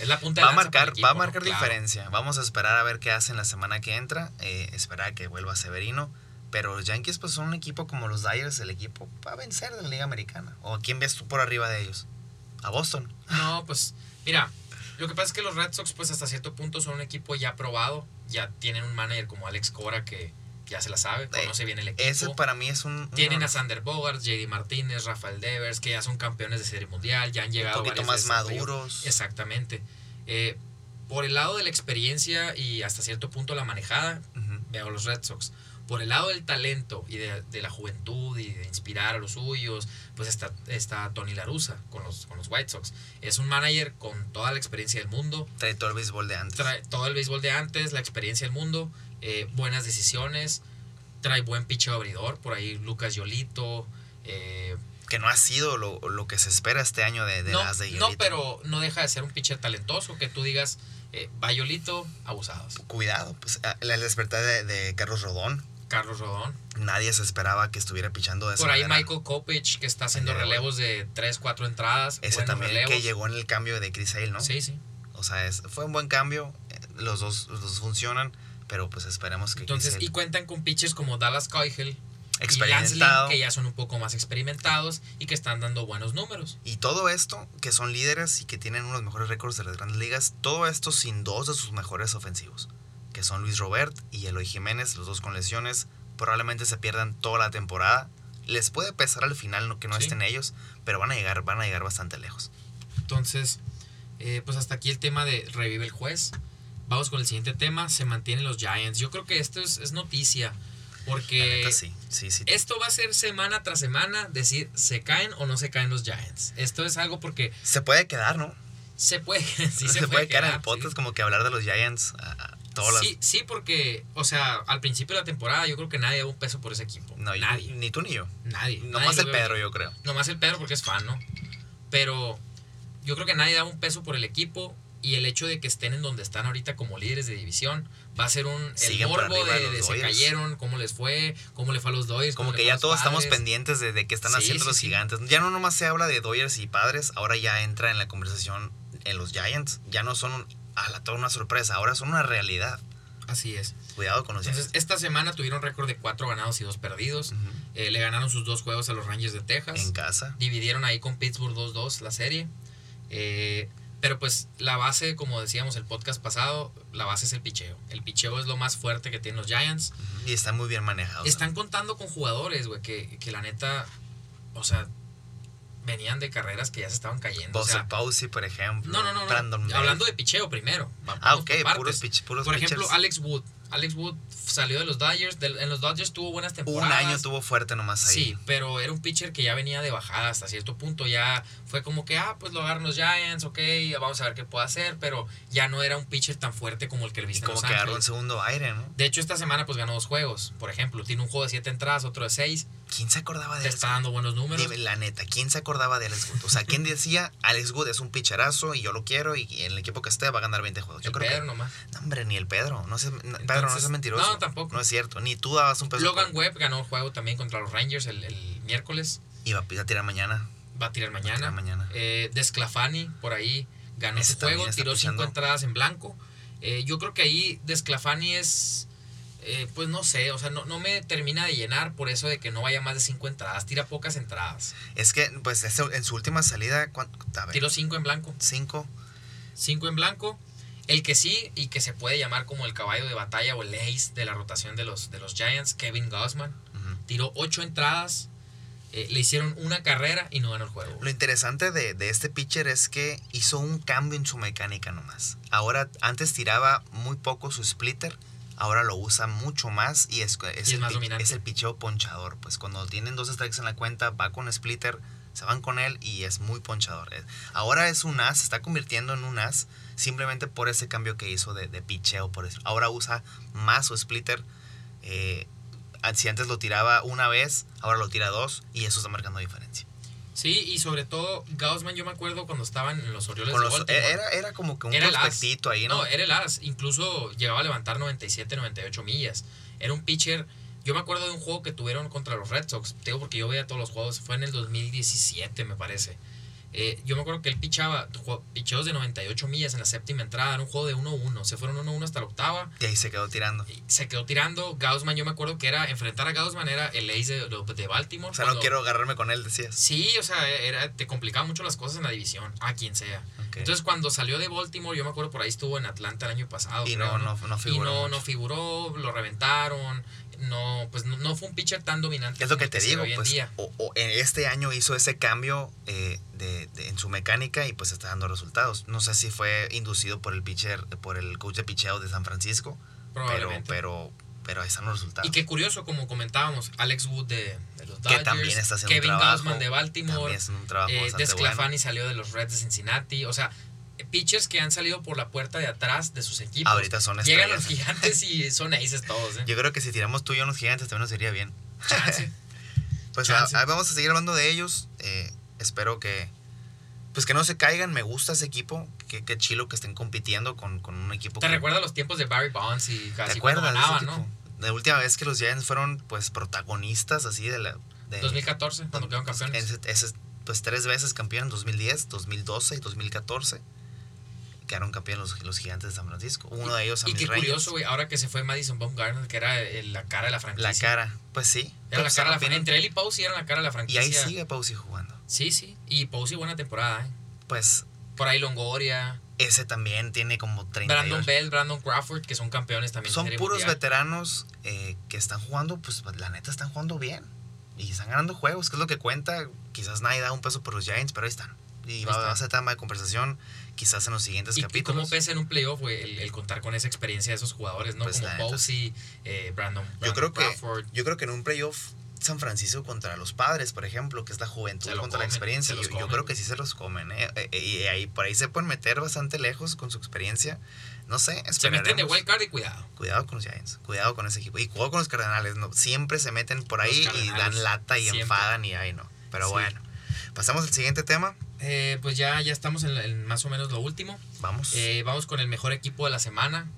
S3: es la punta de
S2: Va a
S3: lanza para
S2: marcar,
S3: el equipo,
S2: va a
S3: ¿no?
S2: marcar
S3: Claro.
S2: diferencia. Vamos a esperar a ver qué hacen la semana que entra. eh, esperar a que vuelva Severino. Pero los Yankees pues, son un equipo como los Dyers, el equipo va a vencer de la Liga Americana. ¿O a quién ves tú por arriba de ellos? A Boston.
S3: No, pues mira, lo que pasa es que los Red Sox pues hasta cierto punto son un equipo ya probado, ya tienen un manager como Alex Cora que ya se la sabe, conoce bien el equipo.
S2: Ese para mí es un, un-
S3: Tienen a Sander Bogart, JD Martínez, Rafael Devers, que ya son campeones de serie mundial, ya han
S2: un
S3: llegado
S2: poquito
S3: varias
S2: más
S3: veces a playoff.
S2: maduros.
S3: Exactamente. Eh, por el lado de la experiencia y hasta cierto punto la manejada,
S2: Ujú.
S3: veo a los Red Sox. Por el lado del talento y de, de la juventud y de inspirar a los suyos, pues está, está Tony Larusa con los, con los White Sox. Es un manager con toda la experiencia del mundo,
S2: Trae todo el béisbol de antes.
S3: trae todo el béisbol de antes, la experiencia del mundo, eh, buenas decisiones, trae buen picheo abridor, por ahí Lucas Yolito. eh,
S2: que no ha sido lo, lo que se espera este año de, de
S3: no,
S2: las de
S3: no,
S2: Yolito.
S3: pero no deja de ser un pitcher talentoso que tú digas, eh, va Yolito, abusados.
S2: Cuidado, pues a- la despertar de, de Carlos Rodón.
S3: Carlos Rodón.
S2: Nadie se esperaba que estuviera pichando de esa
S3: Por ahí
S2: manera.
S3: Michael Kopich, que está haciendo
S2: Manera,
S3: relevos de 3, 4 entradas.
S2: Ese
S3: buenos
S2: también
S3: relevos.
S2: que llegó en el cambio de Chris Hale, ¿no?
S3: Sí, sí.
S2: O sea, es- fue un buen cambio. eh, Los dos, los dos funcionan, pero pues esperemos que
S3: Entonces,
S2: Chris
S3: y
S2: Hale
S3: cuentan con pitches como Dallas Keuchel y Lance Lynn,
S2: experimentado.
S3: que ya son un poco más experimentados y que están dando buenos números.
S2: Y todo esto, que son líderes y que tienen unos mejores récords de las grandes ligas, todo esto sin dos de sus mejores ofensivos, que son Luis Robert y Eloy Jiménez, los dos con lesiones, probablemente se pierdan toda la temporada. Les puede pesar al final no- que no
S3: Sí.
S2: estén ellos, pero van a llegar, van a llegar bastante lejos.
S3: Entonces, eh, pues hasta aquí el tema de Revive el Juez. Vamos con el siguiente tema, se mantienen los Giants. Yo creo que esto es, es noticia,
S2: La
S3: porque
S2: neta, sí, sí, sí.
S3: esto va a ser semana tras semana decir, ¿se caen o no se caen los Giants? Esto es algo porque
S2: Se puede quedar, ¿no?
S3: se puede, sí
S2: se,
S3: se,
S2: puede, quedar en el
S3: sí.
S2: podcast como que hablar de los Giants a, a todas
S3: Sí, sí, porque, o sea, al principio de la temporada yo creo que nadie daba un peso por ese equipo.
S2: las... No, yo-
S3: nadie,
S2: Ni tú ni yo.
S3: nadie.
S2: Nomás
S3: nadie
S2: el
S3: lo veo
S2: Pedro,
S3: venir.
S2: yo creo.
S3: Nomás el Pedro porque es fan, ¿no? Pero yo creo que nadie daba un peso por el equipo. y el hecho de que estén en donde están ahorita como líderes de división va a ser un el
S2: Siguen para
S3: morbo
S2: arriba
S3: de,
S2: los
S3: de se
S2: Dodgers.
S3: cayeron, cómo les fue, cómo le fue a los Doyers.
S2: Como que ya todos estamos pendientes de, de qué están
S3: Sí,
S2: haciendo
S3: sí,
S2: los
S3: sí.
S2: gigantes. Ya no nomás se habla de Dodgers y padres, ahora ya entra en la conversación en los Giants. Ya no son un- a la toda una sorpresa, ahora son una realidad.
S3: Así es.
S2: Cuidado con los
S3: Entonces, esta semana tuvieron récord de cuatro ganados y dos perdidos.
S2: Giants.
S3: Eh, le ganaron sus dos juegos a los Rangers de Texas.
S2: Ujú. En casa.
S3: dividieron ahí con Pittsburgh 2-2 la serie. Eh, pero pues la base, como decíamos el podcast pasado, la base es el picheo. El picheo es lo más fuerte que tienen los Giants.
S2: Ujú. Y están muy bien manejados.
S3: Están contando con jugadores, güey, que, que la neta, o sea, venían de carreras que ya se estaban cayendo. O
S2: Bosey
S3: sea,
S2: Posey, por ejemplo.
S3: no, no, no, no.
S2: Brandon Bell.
S3: Hablando de picheo primero. va-
S2: Ah,
S3: vamos
S2: ok,
S3: por partes.
S2: puros, pitch, puros
S3: Por ejemplo,
S2: pitchers.
S3: Alex Wood. Alex Wood salió de los Dodgers. del- en los Dodgers tuvo buenas
S2: Un
S3: temporadas.
S2: año tuvo fuerte nomás ahí.
S3: Sí, pero era un pitcher que ya venía de bajada hasta cierto punto. Ya fue como que, ah, pues lo agarran los Giants, ok, vamos a ver qué puede hacer, pero ya no era un pitcher tan fuerte como el que le
S2: Y
S3: viste en
S2: como
S3: Los
S2: que agarró un
S3: Ángeles.
S2: segundo aire, ¿no?
S3: De hecho, esta semana pues ganó dos juegos. Por ejemplo, tiene un juego de siete entradas, otro de seis.
S2: ¿Quién se acordaba
S3: Te
S2: de
S3: está
S2: eso?
S3: dando buenos números.
S2: Dime, la neta, ¿quién se acordaba de Alex Wood? O sea, ¿quién decía Alex Wood es un picharazo y yo lo quiero y en el equipo que esté va a ganar 20 juegos? Yo
S3: El
S2: creo
S3: Pedro
S2: que.
S3: nomás.
S2: No, hombre, ni el Pedro. No seas- no, Pedro, no
S3: Entonces,
S2: seas mentiroso.
S3: no, tampoco.
S2: No es cierto. Ni tú dabas un peso.
S3: Logan
S2: por-
S3: Webb ganó un juego también contra los Rangers el, el miércoles.
S2: Y va a tirar mañana.
S3: Va a tirar
S2: Va a tirar
S3: mañana.
S2: mañana.
S3: Eh, Desclafani, por ahí, ganó
S2: Ese
S3: su
S2: también
S3: juego,
S2: está
S3: tiró cinco
S2: pichando.
S3: entradas en blanco. Eh, yo creo que ahí Desclafani es, eh, pues no sé, o sea, no, no me termina de llenar por eso de que no vaya más de cinco entradas, tira pocas entradas.
S2: Es que, pues, ese- en su última salida, ¿cuánto? A ver,
S3: Tiró cinco en blanco,
S2: cinco.
S3: cinco en blanco. El que sí y que se puede llamar como el caballo de batalla o el ace de la rotación de los, de los Giants, Kevin Gausman,
S2: Ujú.
S3: tiró ocho entradas, eh, le hicieron una carrera y no ganó el juego.
S2: Lo interesante de, de este pitcher es que hizo un cambio en su mecánica nomás. Ahora, antes tiraba muy poco su splitter, ahora lo usa mucho más y es, es
S3: Y es
S2: el,
S3: más
S2: pi-
S3: dominante.
S2: es el picheo ponchador. Pues cuando tienen dos strikes en la cuenta, va con splitter, se van con él y es muy ponchador. Eh, Ahora es un as, se está convirtiendo en un as simplemente por ese cambio que hizo de, de picheo. Por eso. Ahora usa más su splitter. eh, si antes lo tiraba una vez, ahora lo tira dos y eso está marcando diferencia.
S3: Sí, y sobre todo Gaussman, yo me acuerdo cuando estaban en los Orioles
S2: Con
S3: de
S2: los- eh, e,
S3: Baltimore.
S2: era, era como que un
S3: Era el as.
S2: prospectito ahí, ¿no?
S3: No, era el as. Incluso llegaba a levantar 97, 98 millas. Era un pitcher. Yo me acuerdo de un juego que tuvieron contra los Red Sox. Te digo porque yo veía todos los juegos. Fue en el 2017, me parece. Eh, yo me acuerdo que él pichaba ju- picheos de 98 millas en la séptima entrada. Era un juego de 1-1. Se fueron 1-1 hasta la octava.
S2: Y ahí se quedó tirando.
S3: y Se quedó tirando. Gaussman, yo me acuerdo que era enfrentar a Gaussman era el ace de, de- de Baltimore.
S2: O sea,
S3: cuando-
S2: no quiero agarrarme con él, decías.
S3: Sí, o sea, era, te complicaba mucho las cosas en la división. A quien sea.
S2: Ok.
S3: Entonces, cuando salió de Baltimore, yo me acuerdo por ahí estuvo en Atlanta el año pasado.
S2: y
S3: creo,
S2: no, no, no
S3: y
S2: figuró.
S3: no,
S2: mucho.
S3: no figuró, lo reventaron. No, pues no, no fue un pitcher tan dominante.
S2: es lo
S3: como
S2: que te
S3: se ve
S2: digo,
S3: hoy en
S2: pues
S3: día.
S2: o- o en este año hizo ese cambio eh, de, de- en su mecánica y pues está dando resultados. No sé si fue inducido por el pitcher, por el coach de picheo de San Francisco, pero,
S3: Probablemente.
S2: pero, pero ahí están los resultados.
S3: y qué curioso, como comentábamos, Alex Wood de, de los
S2: Que
S3: Dodgers,
S2: también está haciendo un
S3: Kevin
S2: trabajo,
S3: Gausman de
S2: También
S3: Baltimore,
S2: es un trabajo
S3: eh,
S2: bastante bueno.
S3: Desclafani salió de los Reds de Cincinnati. O sea, pitchers que han salido por la puerta de atrás de sus equipos.
S2: Ahorita son
S3: pues, Llegan los
S2: estrellas.
S3: gigantes y son aces todos, ¿eh?
S2: Yo creo que si tiramos tú y yo en los gigantes también nos iría bien.
S3: Chance.
S2: Pues
S3: Chance.
S2: a- a- vamos a seguir hablando de ellos. eh, espero que pues que no se caigan. Me gusta ese equipo. Qué, qué chilo que estén compitiendo con, con un equipo.
S3: Te
S2: que-
S3: recuerda los tiempos de Barry Bonds y
S2: ¿Te
S3: casi cuando
S2: acuerdas de ese
S3: ganaban,
S2: equipo?
S3: ¿no?
S2: La última vez que los Giants fueron pues protagonistas así de la. De,
S3: 2014, cuando quedaron campeones.
S2: ese- ese- pues tres veces campeón en 2010, 2012 y 2014. Quedaron campeón los, los gigantes de San Francisco. Uno de ellos a
S3: Y
S2: mis
S3: qué
S2: Reyes.
S3: curioso, güey, ahora que se fue Madison Baumgartner, que era eh, la cara de la franquicia.
S2: La cara, pues sí.
S3: Era la
S2: Pues,
S3: cara de la franquicia.
S2: vienen-
S3: Entre él y Posey eran la cara de la
S2: Y
S3: franquicia.
S2: ahí sigue Pausi jugando.
S3: Sí, sí. Y Posey buena temporada, ¿eh?
S2: Pues
S3: Por ahí Longoria,
S2: ese también tiene como 30
S3: Brandon Bell, Brandon Crawford, que son campeones también. de
S2: son
S3: Serie
S2: puros
S3: Mundial.
S2: veteranos eh, que están jugando, pues la neta están jugando bien. Y están ganando juegos, que es lo que cuenta. Quizás nadie da un peso por los Giants, pero ahí están. Y va,
S3: están.
S2: va a ser tema de conversación quizás en los siguientes
S3: ¿Y- ¿Y,
S2: capítulos.
S3: cómo pesa en un playoff, güey, el, el contar con esa experiencia de esos jugadores, ¿no?
S2: Pues, la
S3: Como
S2: neta.
S3: Posey, eh, Brandon,
S2: yo,
S3: Brandon
S2: creo que,
S3: Crawford.
S2: yo creo que en un playoff San Francisco contra los padres, por ejemplo, que es la juventud
S3: Se lo
S2: contra la
S3: comen,
S2: experiencia,
S3: se los
S2: yo, yo
S3: comen.
S2: creo que sí se los comen. eh, eh, eh, y ahí, por ahí se pueden meter bastante lejos con su experiencia. No sé,
S3: Se meten de
S2: esperaremos.
S3: wild card y cuidado.
S2: Cuidado con los Giants, cuidado con ese equipo. Y cuidado con los Cardenales, no, siempre se meten por
S3: Los
S2: ahí y
S3: Cardenales,
S2: dan lata y
S3: siempre.
S2: enfadan y ahí no. Pero
S3: Sí.
S2: bueno. Pasamos al siguiente tema.
S3: Eh, pues ya, ya estamos en, en más o menos lo último.
S2: Vamos.
S3: Eh, vamos con el mejor equipo de la semana.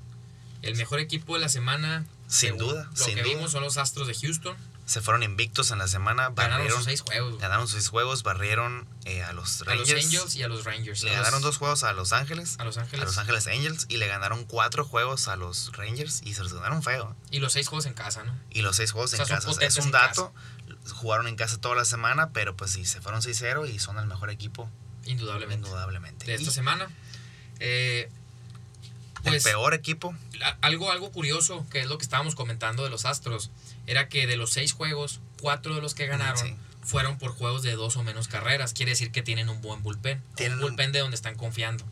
S3: El mejor equipo de la semana.
S2: Sin
S3: según
S2: duda,
S3: Lo
S2: sin
S3: que
S2: duda.
S3: vimos son los Astros de Houston.
S2: Se fueron invictos en la semana.
S3: Ganaron
S2: Barrieron,
S3: sus seis juegos. güey.
S2: ganaron seis juegos, barrieron eh, a los
S3: A los
S2: Rangers.
S3: Angels y a los Rangers.
S2: Le
S3: A los-
S2: ganaron dos juegos a Los Ángeles.
S3: A los
S2: A
S3: Ángeles.
S2: Los Ángeles Angels y le ganaron cuatro juegos a los Rangers y se los ganaron feo.
S3: Y los seis juegos en casa, ¿no?
S2: Y los seis juegos
S3: O
S2: en
S3: sea, son
S2: casa. O sea, es un
S3: potentes en
S2: dato. Jugaron en casa toda la semana, pero pues sí, se fueron 6-0 y son el mejor equipo,
S3: Indudablemente.
S2: indudablemente.
S3: De
S2: Y
S3: esta semana. Eh,
S2: el
S3: pues
S2: peor equipo,
S3: a- algo, algo curioso, que es lo que estábamos comentando de los Astros, era que de los seis juegos, cuatro de los que ganaron
S2: sí.
S3: fueron por juegos de dos o menos carreras. Quiere decir que tienen un buen bullpen.
S2: Tienen
S3: un
S2: un-
S3: bullpen de donde están confiando.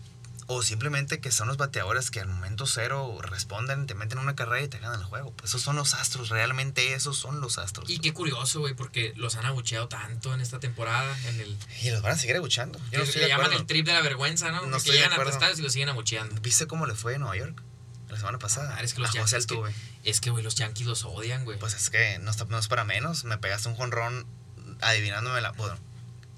S2: o simplemente que son los bateadores que al momento cero responden, te meten una carrera y te ganan el juego. Pues esos son los astros, realmente esos son los astros.
S3: pues, Y qué curioso, güey, porque los han abucheado tanto en esta temporada, en el...
S2: Y los van a seguir abuchando. Yo no
S3: que
S2: estoy
S3: le
S2: de
S3: llaman
S2: acuerdo.
S3: el trip de la vergüenza, ¿no?
S2: No
S3: que
S2: estoy de
S3: llegan a
S2: acuerdo.
S3: estados y lo siguen abucheando.
S2: ¿Viste cómo le fue en Nueva York la semana pasada?
S3: Ah, es que los
S2: a José
S3: Yankees que-
S2: Altuve.
S3: Es que, güey, los Yankees los odian, güey.
S2: Pues es que no, está- no es para menos. Me pegaste un jonrón adivinándome la. Bueno,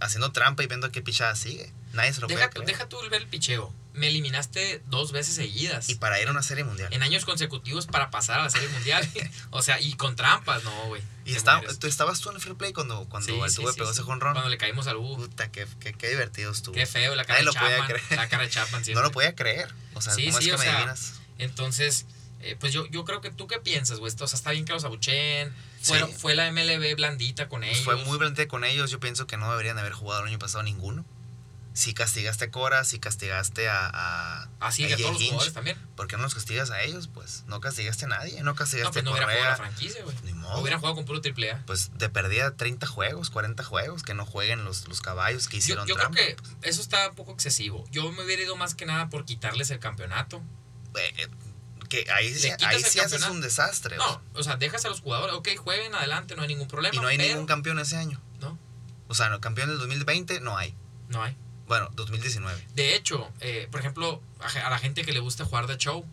S2: haciendo trampa y viendo qué pichada sigue. Nadie se lo puede
S3: deja,
S2: creer.
S3: deja tú ver el picheo. Me eliminaste dos veces seguidas.
S2: Y para ir a una serie mundial.
S3: en años consecutivos para pasar a la Serie Mundial. o sea, y con trampas, no, güey.
S2: Y
S3: Te
S2: estaba-
S3: mueres.
S2: tú estabas tú en el free play cuando, cuando
S3: Sí, sí,
S2: Altuve
S3: sí,
S2: pegó
S3: sí.
S2: ese jonrón.
S3: Cuando le caímos al U.
S2: Puta, qué, qué- qué divertido estuvo.
S3: Qué feo, la cara
S2: Nadie
S3: de
S2: lo podía
S3: Chapman.
S2: creer.
S3: La cara de Chapman siempre.
S2: no lo podía creer. O sea,
S3: Sí,
S2: ¿cómo
S3: sí,
S2: es que
S3: o
S2: me
S3: sea,
S2: adivinas?
S3: Entonces, eh, pues yo, yo creo que tú qué piensas, güey. O sea, está bien que los abucheen. Fueron-
S2: Sí. Pues
S3: Fue la MLB blandita con ellos.
S2: Fue muy blanqueado con ellos. Yo pienso que no deberían haber jugado el año pasado ninguno. Si castigaste a Cora, si castigaste a. a
S3: Así
S2: a
S3: que a
S2: Jay
S3: todos los
S2: Hinch,
S3: jugadores también.
S2: ¿Por qué no los castigas a ellos? Pues no castigaste a nadie. No
S3: No,
S2: castigaste
S3: pues no
S2: a
S3: hubiera jugado
S2: Correa.
S3: la franquicia, güey.
S2: Ni modo.
S3: Hubiera jugado con puro triple A.
S2: pues de perdida 30 juegos, 40 juegos, que no jueguen los, los caballos que
S3: Yo,
S2: hicieron
S3: yo creo
S2: trampa.
S3: que eso está un poco excesivo. Yo me hubiera ido más que nada por quitarles el campeonato.
S2: Eh, eh, que ahí, sí-
S3: quitas
S2: ahí
S3: el
S2: sí haces
S3: campeonato.
S2: un desastre. o
S3: No,
S2: sea,
S3: o sea, dejas a los jugadores, ok, jueguen adelante, no hay ningún problema.
S2: y no hay
S3: pero-
S2: ningún campeón ese año.
S3: No,
S2: O sea, no, campeón del 2020 no hay.
S3: no hay.
S2: Bueno, 2019.
S3: De hecho, eh, por ejemplo, a ge- a la gente que le gusta jugar de show,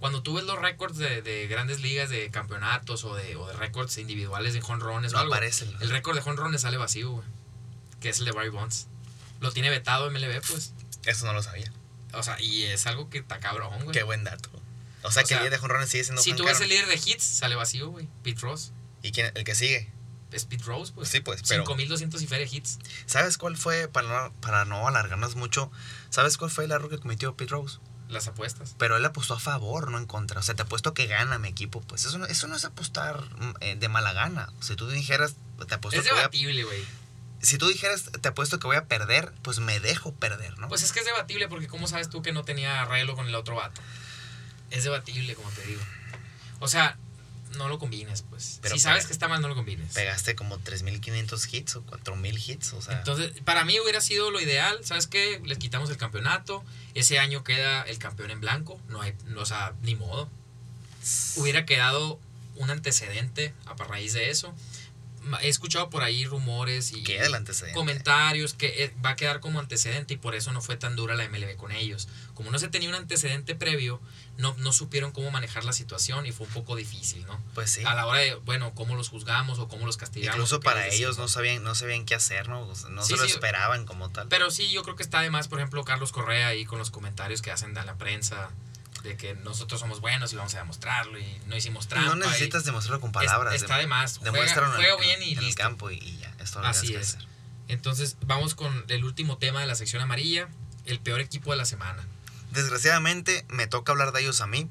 S3: cuando tú ves los récords de, de grandes ligas de campeonatos o de, o de récords individuales de jonrones
S2: No
S3: o algo,
S2: aparece. el-
S3: el récord de jonrones sale vacío, güey, que es el de Barry Bonds. Lo tiene vetado MLB, pues.
S2: Eso no lo sabía.
S3: O sea, y es algo que está cabrón, güey.
S2: Qué buen dato. O sea,
S3: O
S2: que
S3: sea,
S2: el líder de jonrones sigue siendo
S3: si
S2: Juan
S3: tú ves
S2: Caro.
S3: el líder de hits, sale vacío, güey. Pete Rose.
S2: ¿Y quién, el que sigue?
S3: Es Pete Rose, pues.
S2: Sí, pues, pero-
S3: 5200 y feria hits.
S2: ¿Sabes cuál fue, para no, para no alargarnos mucho, ¿sabes cuál fue el error que cometió Pete Rose?
S3: Las apuestas.
S2: Pero él apostó a favor, no en contra. O sea, te apuesto que gana mi equipo. Pues eso no, eso no es apostar mm, eh, de mala gana. Si tú dijeras, te apuesto
S3: Es
S2: que voy a,
S3: debatible, güey.
S2: si tú dijeras, te apuesto que voy a perder, pues me dejo perder, ¿no?
S3: Pues es que es debatible porque ¿cómo sabes tú que no tenía arreglo con el otro vato? Es debatible, como te digo. O sea, no lo combines, pues.
S2: Pero
S3: si
S2: pega-
S3: sabes que está mal, no lo combines.
S2: Pegaste como 3.500 hits o 4.000 hits. O sea,
S3: Entonces, para mí hubiera sido lo ideal, ¿sabes qué? Les quitamos el campeonato, ese año queda el campeón en blanco, no hay, no, o sea, ni modo. Hubiera quedado un antecedente a raíz de eso. Ma- He escuchado por ahí rumores y...
S2: queda el antecedente.
S3: comentarios que eh, va a quedar como antecedente y por eso no fue tan dura la MLB con ellos. Como no se tenía un antecedente previo, no, no supieron cómo manejar la situación y fue un poco difícil, ¿no?
S2: Pues sí.
S3: A la hora de, bueno, cómo los juzgamos o cómo los castigamos.
S2: Incluso
S3: ¿qué
S2: para
S3: les decimos?
S2: ellos no sabían, no sabían qué hacer, ¿no? O sea, no
S3: Sí,
S2: se lo
S3: sí.
S2: esperaban como tal.
S3: Pero sí, yo creo que está además, por ejemplo, Carlos Correa ahí con los comentarios que hacen a la prensa de que nosotros somos buenos y vamos a demostrarlo y no hicimos trampa.
S2: no
S3: y-
S2: necesitas demostrarlo con
S3: Es-
S2: palabras.
S3: Está de más. Juega,
S2: Demuéstralo en el-
S3: juega bien y
S2: en el
S3: listo.
S2: campo y, y ya. Esto lo
S3: Así
S2: tienes que
S3: es.
S2: hacer.
S3: Entonces, vamos con el último tema de la sección amarilla, el peor equipo de la semana.
S2: Desgraciadamente me toca hablar de ellos a mí.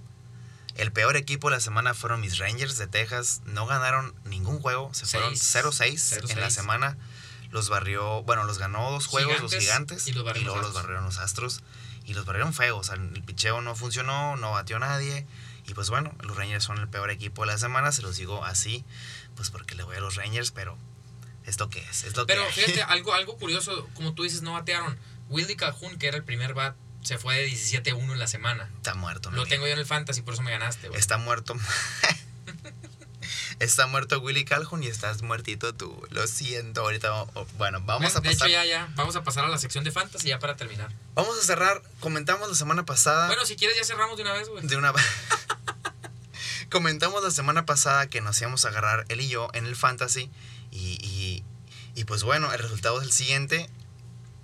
S2: El peor equipo de la semana fueron mis Rangers de Texas. No ganaron ningún juego. Se fueron
S3: Seis.
S2: 0-6 en la
S3: 0-6.
S2: semana. Los barrió, bueno, los ganó dos juegos los
S3: Gigantes
S2: gigantes.
S3: y los barrieron
S2: luego
S3: los
S2: los
S3: Astros.
S2: barrieron los astros. Y los barrieron feo. O sea, el picheo no funcionó, no batió nadie. Y pues bueno, los Rangers son el peor equipo de la semana. Se los digo así, pues porque le voy a los Rangers, pero esto qué es, es lo
S3: Pero
S2: que hay.
S3: fíjate, algo, algo curioso, como tú dices, no batearon. Willy Calhoun, que era el primer bat, se fue de 17-1 en la semana.
S2: está muerto. mi
S3: Lo
S2: amigo.
S3: tengo yo en el fantasy, por eso me ganaste, güey.
S2: Está muerto. está muerto Willy Calhoun y estás muertito tú. Lo siento, ahorita. va- o- Bueno, vamos
S3: Bueno,
S2: a
S3: de hecho,
S2: pasar.
S3: ya, ya, vamos a pasar a la sección de fantasy ya para terminar.
S2: Vamos a cerrar. Comentamos la semana pasada
S3: Bueno, si quieres ya cerramos de una vez, güey.
S2: de una. Comentamos la semana pasada que nos íbamos a agarrar él y yo en el fantasy. Y, y- y pues bueno, el resultado es el siguiente.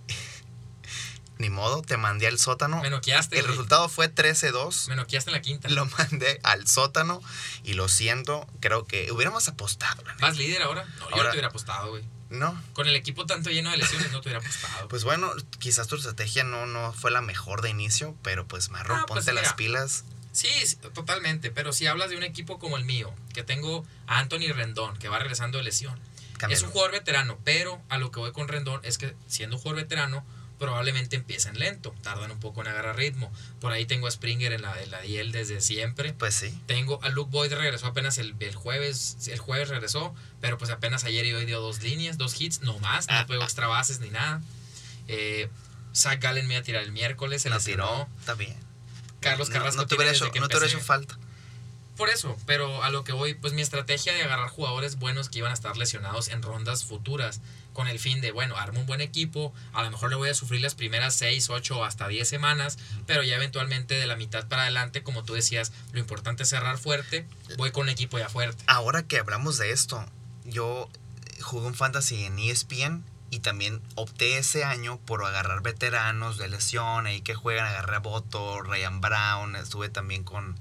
S2: ni modo, te mandé al sótano.
S3: Me noqueaste.
S2: El
S3: güey.
S2: resultado fue 13-2.
S3: Me noqueaste en la quinta.
S2: Lo mandé al sótano y lo siento, creo que hubiéramos apostado. la neta.
S3: ¿Vas líder ahora? No, yo
S2: Ahora-
S3: no te hubiera apostado, güey.
S2: No.
S3: Con el equipo tanto lleno de lesiones no te hubiera apostado.
S2: Pues bueno, quizás tu estrategia no, no fue la mejor de inicio, pero pues Marro,
S3: Ah, pues
S2: ponte las
S3: mira.
S2: pilas.
S3: Sí, sí, totalmente. Pero si hablas de un equipo como el mío, que tengo a Anthony Rendón, que va regresando de lesión. Es
S2: cámbialo.
S3: un jugador veterano, pero a lo que voy con Rendón es que siendo un jugador veterano, probablemente empiecen lento, tardan un poco en agarrar ritmo. Por ahí tengo a Springer en la, en la DL desde siempre.
S2: Pues sí.
S3: Tengo a Luke Boyd regresó apenas el, el jueves, el jueves regresó, pero pues apenas ayer y hoy dio dos líneas, dos hits, no más,
S2: Ah,
S3: no pegó extra bases ni nada. Eh, Zach Gallen me iba a tirar el miércoles, se
S2: la
S3: lesionó.
S2: tiró. Está bien.
S3: Carlos
S2: No-
S3: Carrasco
S2: No, te hubiera
S3: tiene desde
S2: hecho,
S3: que
S2: no te hubiera
S3: empecé.
S2: hecho falta.
S3: Por eso, pero a lo que voy, pues mi estrategia de agarrar jugadores buenos que iban a estar lesionados en rondas futuras, con el fin de, bueno, armo un buen equipo, a lo mejor le voy a sufrir las primeras 6, 8 o hasta 10 semanas, pero ya eventualmente de la mitad para adelante, como tú decías, lo importante es cerrar fuerte,
S2: Eh,
S3: voy con un equipo ya fuerte.
S2: Ahora que hablamos de esto, yo jugué un fantasy en E ESPN y también opté ese año por agarrar veteranos de lesión, ahí que juegan, agarré a Boto, Ryan Brown, estuve también con,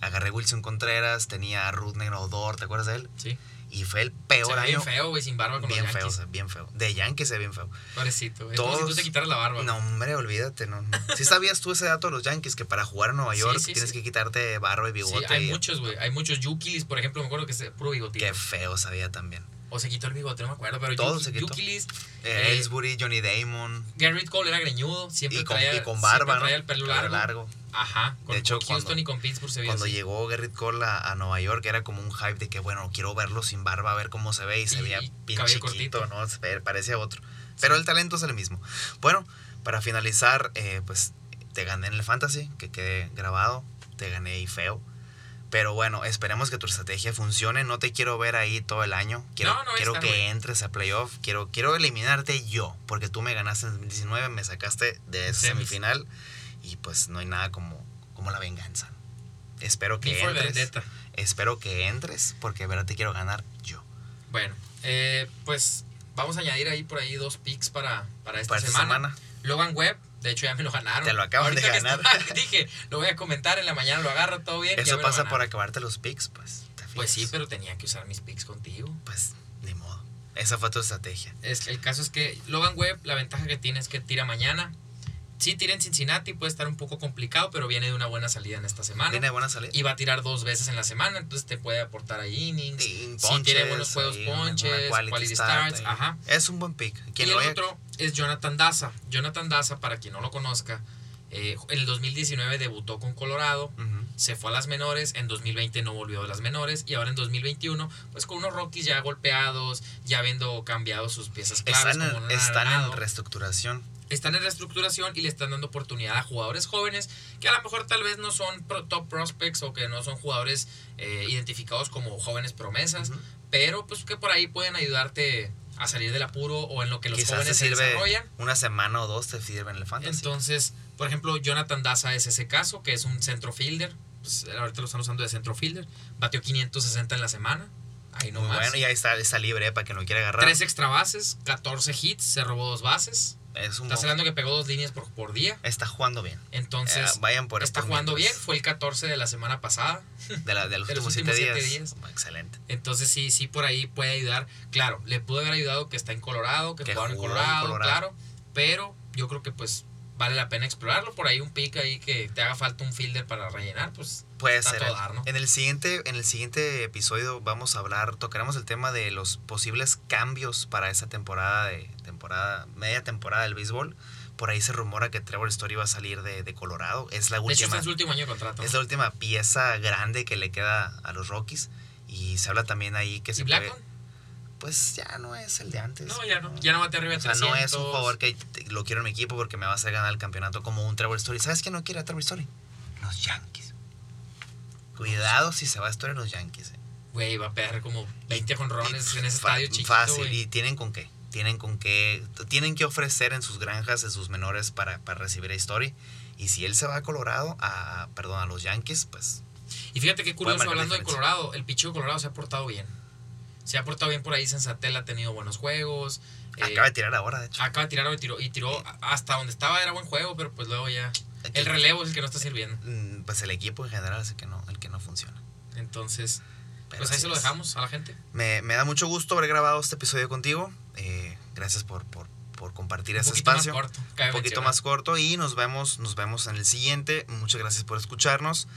S2: agarré Wilson Contreras, tenía a Ruth Negro Odor, ¿te acuerdas de él?
S3: Sí.
S2: Y fue el
S3: Se
S2: peor
S3: ve
S2: año.
S3: bien feo, güey, sin barba con
S2: eh, bien
S3: los
S2: feo, o
S3: Yankees.
S2: sea, bien feo. De Yankees es bien feo.
S3: Pobrecito, es como si tú
S2: Todos-
S3: te quitaras la barba.
S2: No, hombre, olvídate, no. Si sabías tú ese dato de los Yankees, que para jugar en Nueva
S3: Sí,
S2: York
S3: sí,
S2: tienes
S3: sí.
S2: que quitarte barro y
S3: Sí,
S2: bigote.
S3: hay
S2: y-
S3: muchos, güey, hay muchos Yukilis, por ejemplo, me acuerdo que se puro bigotito.
S2: Qué feo sabía también.
S3: O se quitó el bigote, no me acuerdo, pero
S2: Todo se
S3: Yuki-
S2: quitó.
S3: Yukilis
S2: Eh,
S3: Eh,
S2: Ellsbury, Johnny Damon.
S3: Garrett Cole era greñudo, siempre
S2: Y con,
S3: traía,
S2: y con
S3: siempre
S2: barba, ¿no?
S3: traía el pelo largo. Ajá, con,
S2: De hecho,
S3: con Houston
S2: cuando-
S3: y con Pittsburgh se veía
S2: Cuando
S3: así.
S2: llegó Garrett Cole a, a Nueva York, era como un hype de que, bueno, quiero verlo sin barba, a ver cómo se ve. Y se
S3: Y-
S2: veía
S3: y
S2: bien
S3: cabello
S2: chiquito,
S3: cortito.
S2: ¿no? Se ve- Parecía otro. Pero el talento es el mismo. Bueno, para finalizar, eh, pues te gané en el fantasy, que quede grabado. Te gané y feo. Pero bueno, esperemos que tu estrategia funcione. No te quiero ver ahí todo el año. Quiero,
S3: No, no voy a
S2: quiero
S3: estar,
S2: que
S3: güey.
S2: entres a playoff. Quiero, quiero eliminarte yo, porque tú me ganaste en 2019, me sacaste de esa
S3: Semis.
S2: semifinal y pues no hay nada como, como la venganza. Espero que
S3: Before
S2: entres.
S3: Vendetta.
S2: Espero que entres, porque de verdad te quiero ganar yo.
S3: Bueno, eh, pues vamos a añadir ahí por ahí dos picks para, para esta
S2: Para esta
S3: semana.
S2: semana.
S3: Logan Webb, de hecho ya me lo ganaron.
S2: Te lo acaban de
S3: Ahorita que
S2: ganar.
S3: estaba- dije, lo voy a comentar en la mañana, lo agarro, todo bien. ya
S2: Eso
S3: me lo
S2: pasa por
S3: ganaron.
S2: acabarte los picks, pues. ¿te
S3: Pues sí,
S2: fijas?
S3: pero tenía que usar mis picks contigo.
S2: Pues ni modo. Esa fue tu estrategia.
S3: Es, el caso es que Logan Webb, la ventaja que tiene es que tira mañana. Sí, tira en Cincinnati, puede estar un poco complicado, pero viene de una buena salida en esta semana.
S2: Tiene buena salida.
S3: Ah, y va a tirar dos veces en la semana, entonces te puede aportar ahí innings.
S2: Sí,
S3: si tiene buenos juegos,
S2: ahí, una- una
S3: ponches, quality starts,
S2: ahí.
S3: ajá.
S2: Es un buen pick. Quien
S3: y el
S2: lo haya-
S3: otro es Jonathan Daza. Jonathan Daza, para quien no lo conozca, eh, en el 2019 debutó con Colorado,
S2: Ujú.
S3: se fue a las menores, en 2020 no volvió de las menores y ahora en 2021, pues con unos Rockies ya golpeados, ya habiendo cambiado sus piezas claves.
S2: Están,
S3: como
S2: en,
S3: no han
S2: están en
S3: ganado
S2: reestructuración.
S3: están en reestructuración y le están dando oportunidad a jugadores jóvenes que a lo mejor tal vez no son pro- top prospects o que no son jugadores eh, identificados como jóvenes promesas,
S2: Ujú.
S3: pero pues que por ahí pueden ayudarte a salir del apuro o en lo que los
S2: Quizás te
S3: jóvenes se
S2: sirve
S3: desarrollan.
S2: una semana o dos, te sirve en el fantasy.
S3: Entonces, por ejemplo, Jonathan Daza es ese caso, que es un centro fielder. Pues, ahorita lo están usando de centro fielder. Bateó 560 en la semana. Ahí no
S2: Muy
S3: más.
S2: bueno, y ahí está, está libre eh, para que no quiera agarrar.
S3: Tres extra bases, 14 hits, se robó dos bases.
S2: es un
S3: Estás
S2: buen-
S3: hablando que pegó dos líneas por, por día.
S2: está jugando bien.
S3: Entonces,
S2: Eh, vayan por
S3: está
S2: por
S3: jugando bien,
S2: mientras.
S3: fue el 14 de la semana pasada.
S2: De, la- de los
S3: de los
S2: últimos siete
S3: últimos
S2: días.
S3: siete días.
S2: Excelente.
S3: Entonces sí, sí por ahí puede ayudar. Claro, le pudo haber ayudado que está en Colorado, que,
S2: Que
S3: jugaron en
S2: jugó en
S3: Colorado,
S2: Colorado.
S3: claro. Pero yo creo que pues vale la pena explorarlo. Por ahí un pick ahí que te haga falta un fielder para rellenar, pues
S2: Puede
S3: Está
S2: ser.
S3: a todo dar, ¿no?
S2: En el siguiente, en el siguiente episodio vamos a hablar, tocaremos el tema de los posibles cambios para esa temporada de temporada, media temporada del béisbol. Por ahí se rumora que Trevor Story va a salir de, de Colorado. Es la
S3: de hecho está
S2: última.
S3: en su último año de contrato.
S2: Es la última pieza grande que le queda a los Rockies. Y se habla también ahí que
S3: ¿Y
S2: se puede-
S3: Blackmon?
S2: Pues ya no es el de antes.
S3: No, ya no. Ya no bate arriba de
S2: O sea,
S3: 300.
S2: no es un jugador que te- lo quiero en mi equipo porque me va a hacer ganar el campeonato como un Trevor Story. ¿Sabes quién no quiere a Trevor Story? Los Yankees. Cuidado si se va a Story en los Yankees. eh.
S3: Güey, va a pegar como 20 jonrones en ese
S2: Fa-
S3: estadio chiquito.
S2: Fácil.
S3: güey.
S2: Y tienen con qué. Tienen con qué. Tienen que ofrecer en sus granjas, en sus menores para, para recibir a Story. Y si él se va a Colorado, a, perdón, a los Yankees, pues
S3: Y fíjate qué curioso,
S2: marcar
S3: hablando de
S2: diferencia.
S3: Colorado, el picheo de Colorado se ha portado bien. Se ha portado bien por ahí, Sensatel ha tenido buenos juegos, eh,
S2: Acaba de tirar ahora, de hecho.
S3: Acaba de tirar y tiró, y tiró hasta donde estaba, era buen juego, pero pues luego ya. El relevo es el que no está sirviendo.
S2: Pues el equipo en general es el que no, el que no funciona.
S3: Entonces, pero pues ahí se lo dejamos a la gente.
S2: Me, me, da mucho gusto haber grabado este episodio contigo. Eh, gracias por, por, por compartir ese espacio.
S3: Más corto,
S2: un poquito más corto. Y nos vemos, nos vemos en el siguiente. Muchas gracias por escucharnos.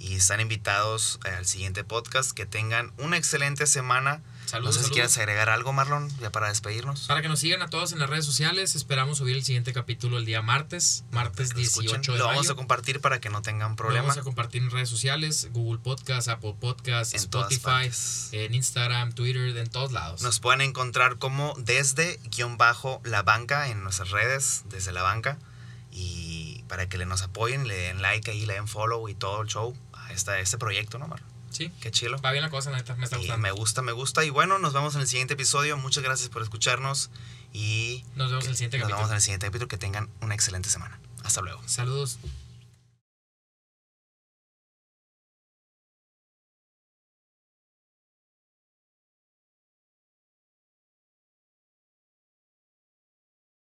S2: Y están invitados eh, al siguiente podcast. Que tengan una excelente semana.
S3: Saludos.
S2: No sé
S3: saludos.
S2: si quieres agregar algo, Marlon, ya para despedirnos.
S3: Para que nos sigan a todos en las redes sociales. Esperamos subir el siguiente capítulo el día martes, martes 18 de
S2: Lo vamos
S3: mayo.
S2: a compartir para que no tengan
S3: Lo
S2: problemas.
S3: vamos a compartir en redes sociales, Google Podcast, Apple Podcast,
S2: En todas
S3: Spotify,
S2: partes.
S3: en Instagram, Twitter, en todos lados.
S2: Nos pueden encontrar como desde guión bajo la banca en nuestras redes, desde la banca. Y para que le nos apoyen, le den like ahí, le den follow y todo el show a, esta, a este proyecto, ¿no, Marlon?
S3: Sí,
S2: Qué chilo.
S3: va bien la cosa, la neta, me está
S2: Y
S3: gustando.
S2: me gusta, me gusta. Y bueno, nos vemos en el siguiente episodio. Muchas gracias por escucharnos. Y
S3: Nos vemos en el siguiente
S2: nos
S3: capítulo.
S2: vemos en el siguiente capítulo. Que tengan una excelente semana. Hasta luego.
S3: Saludos.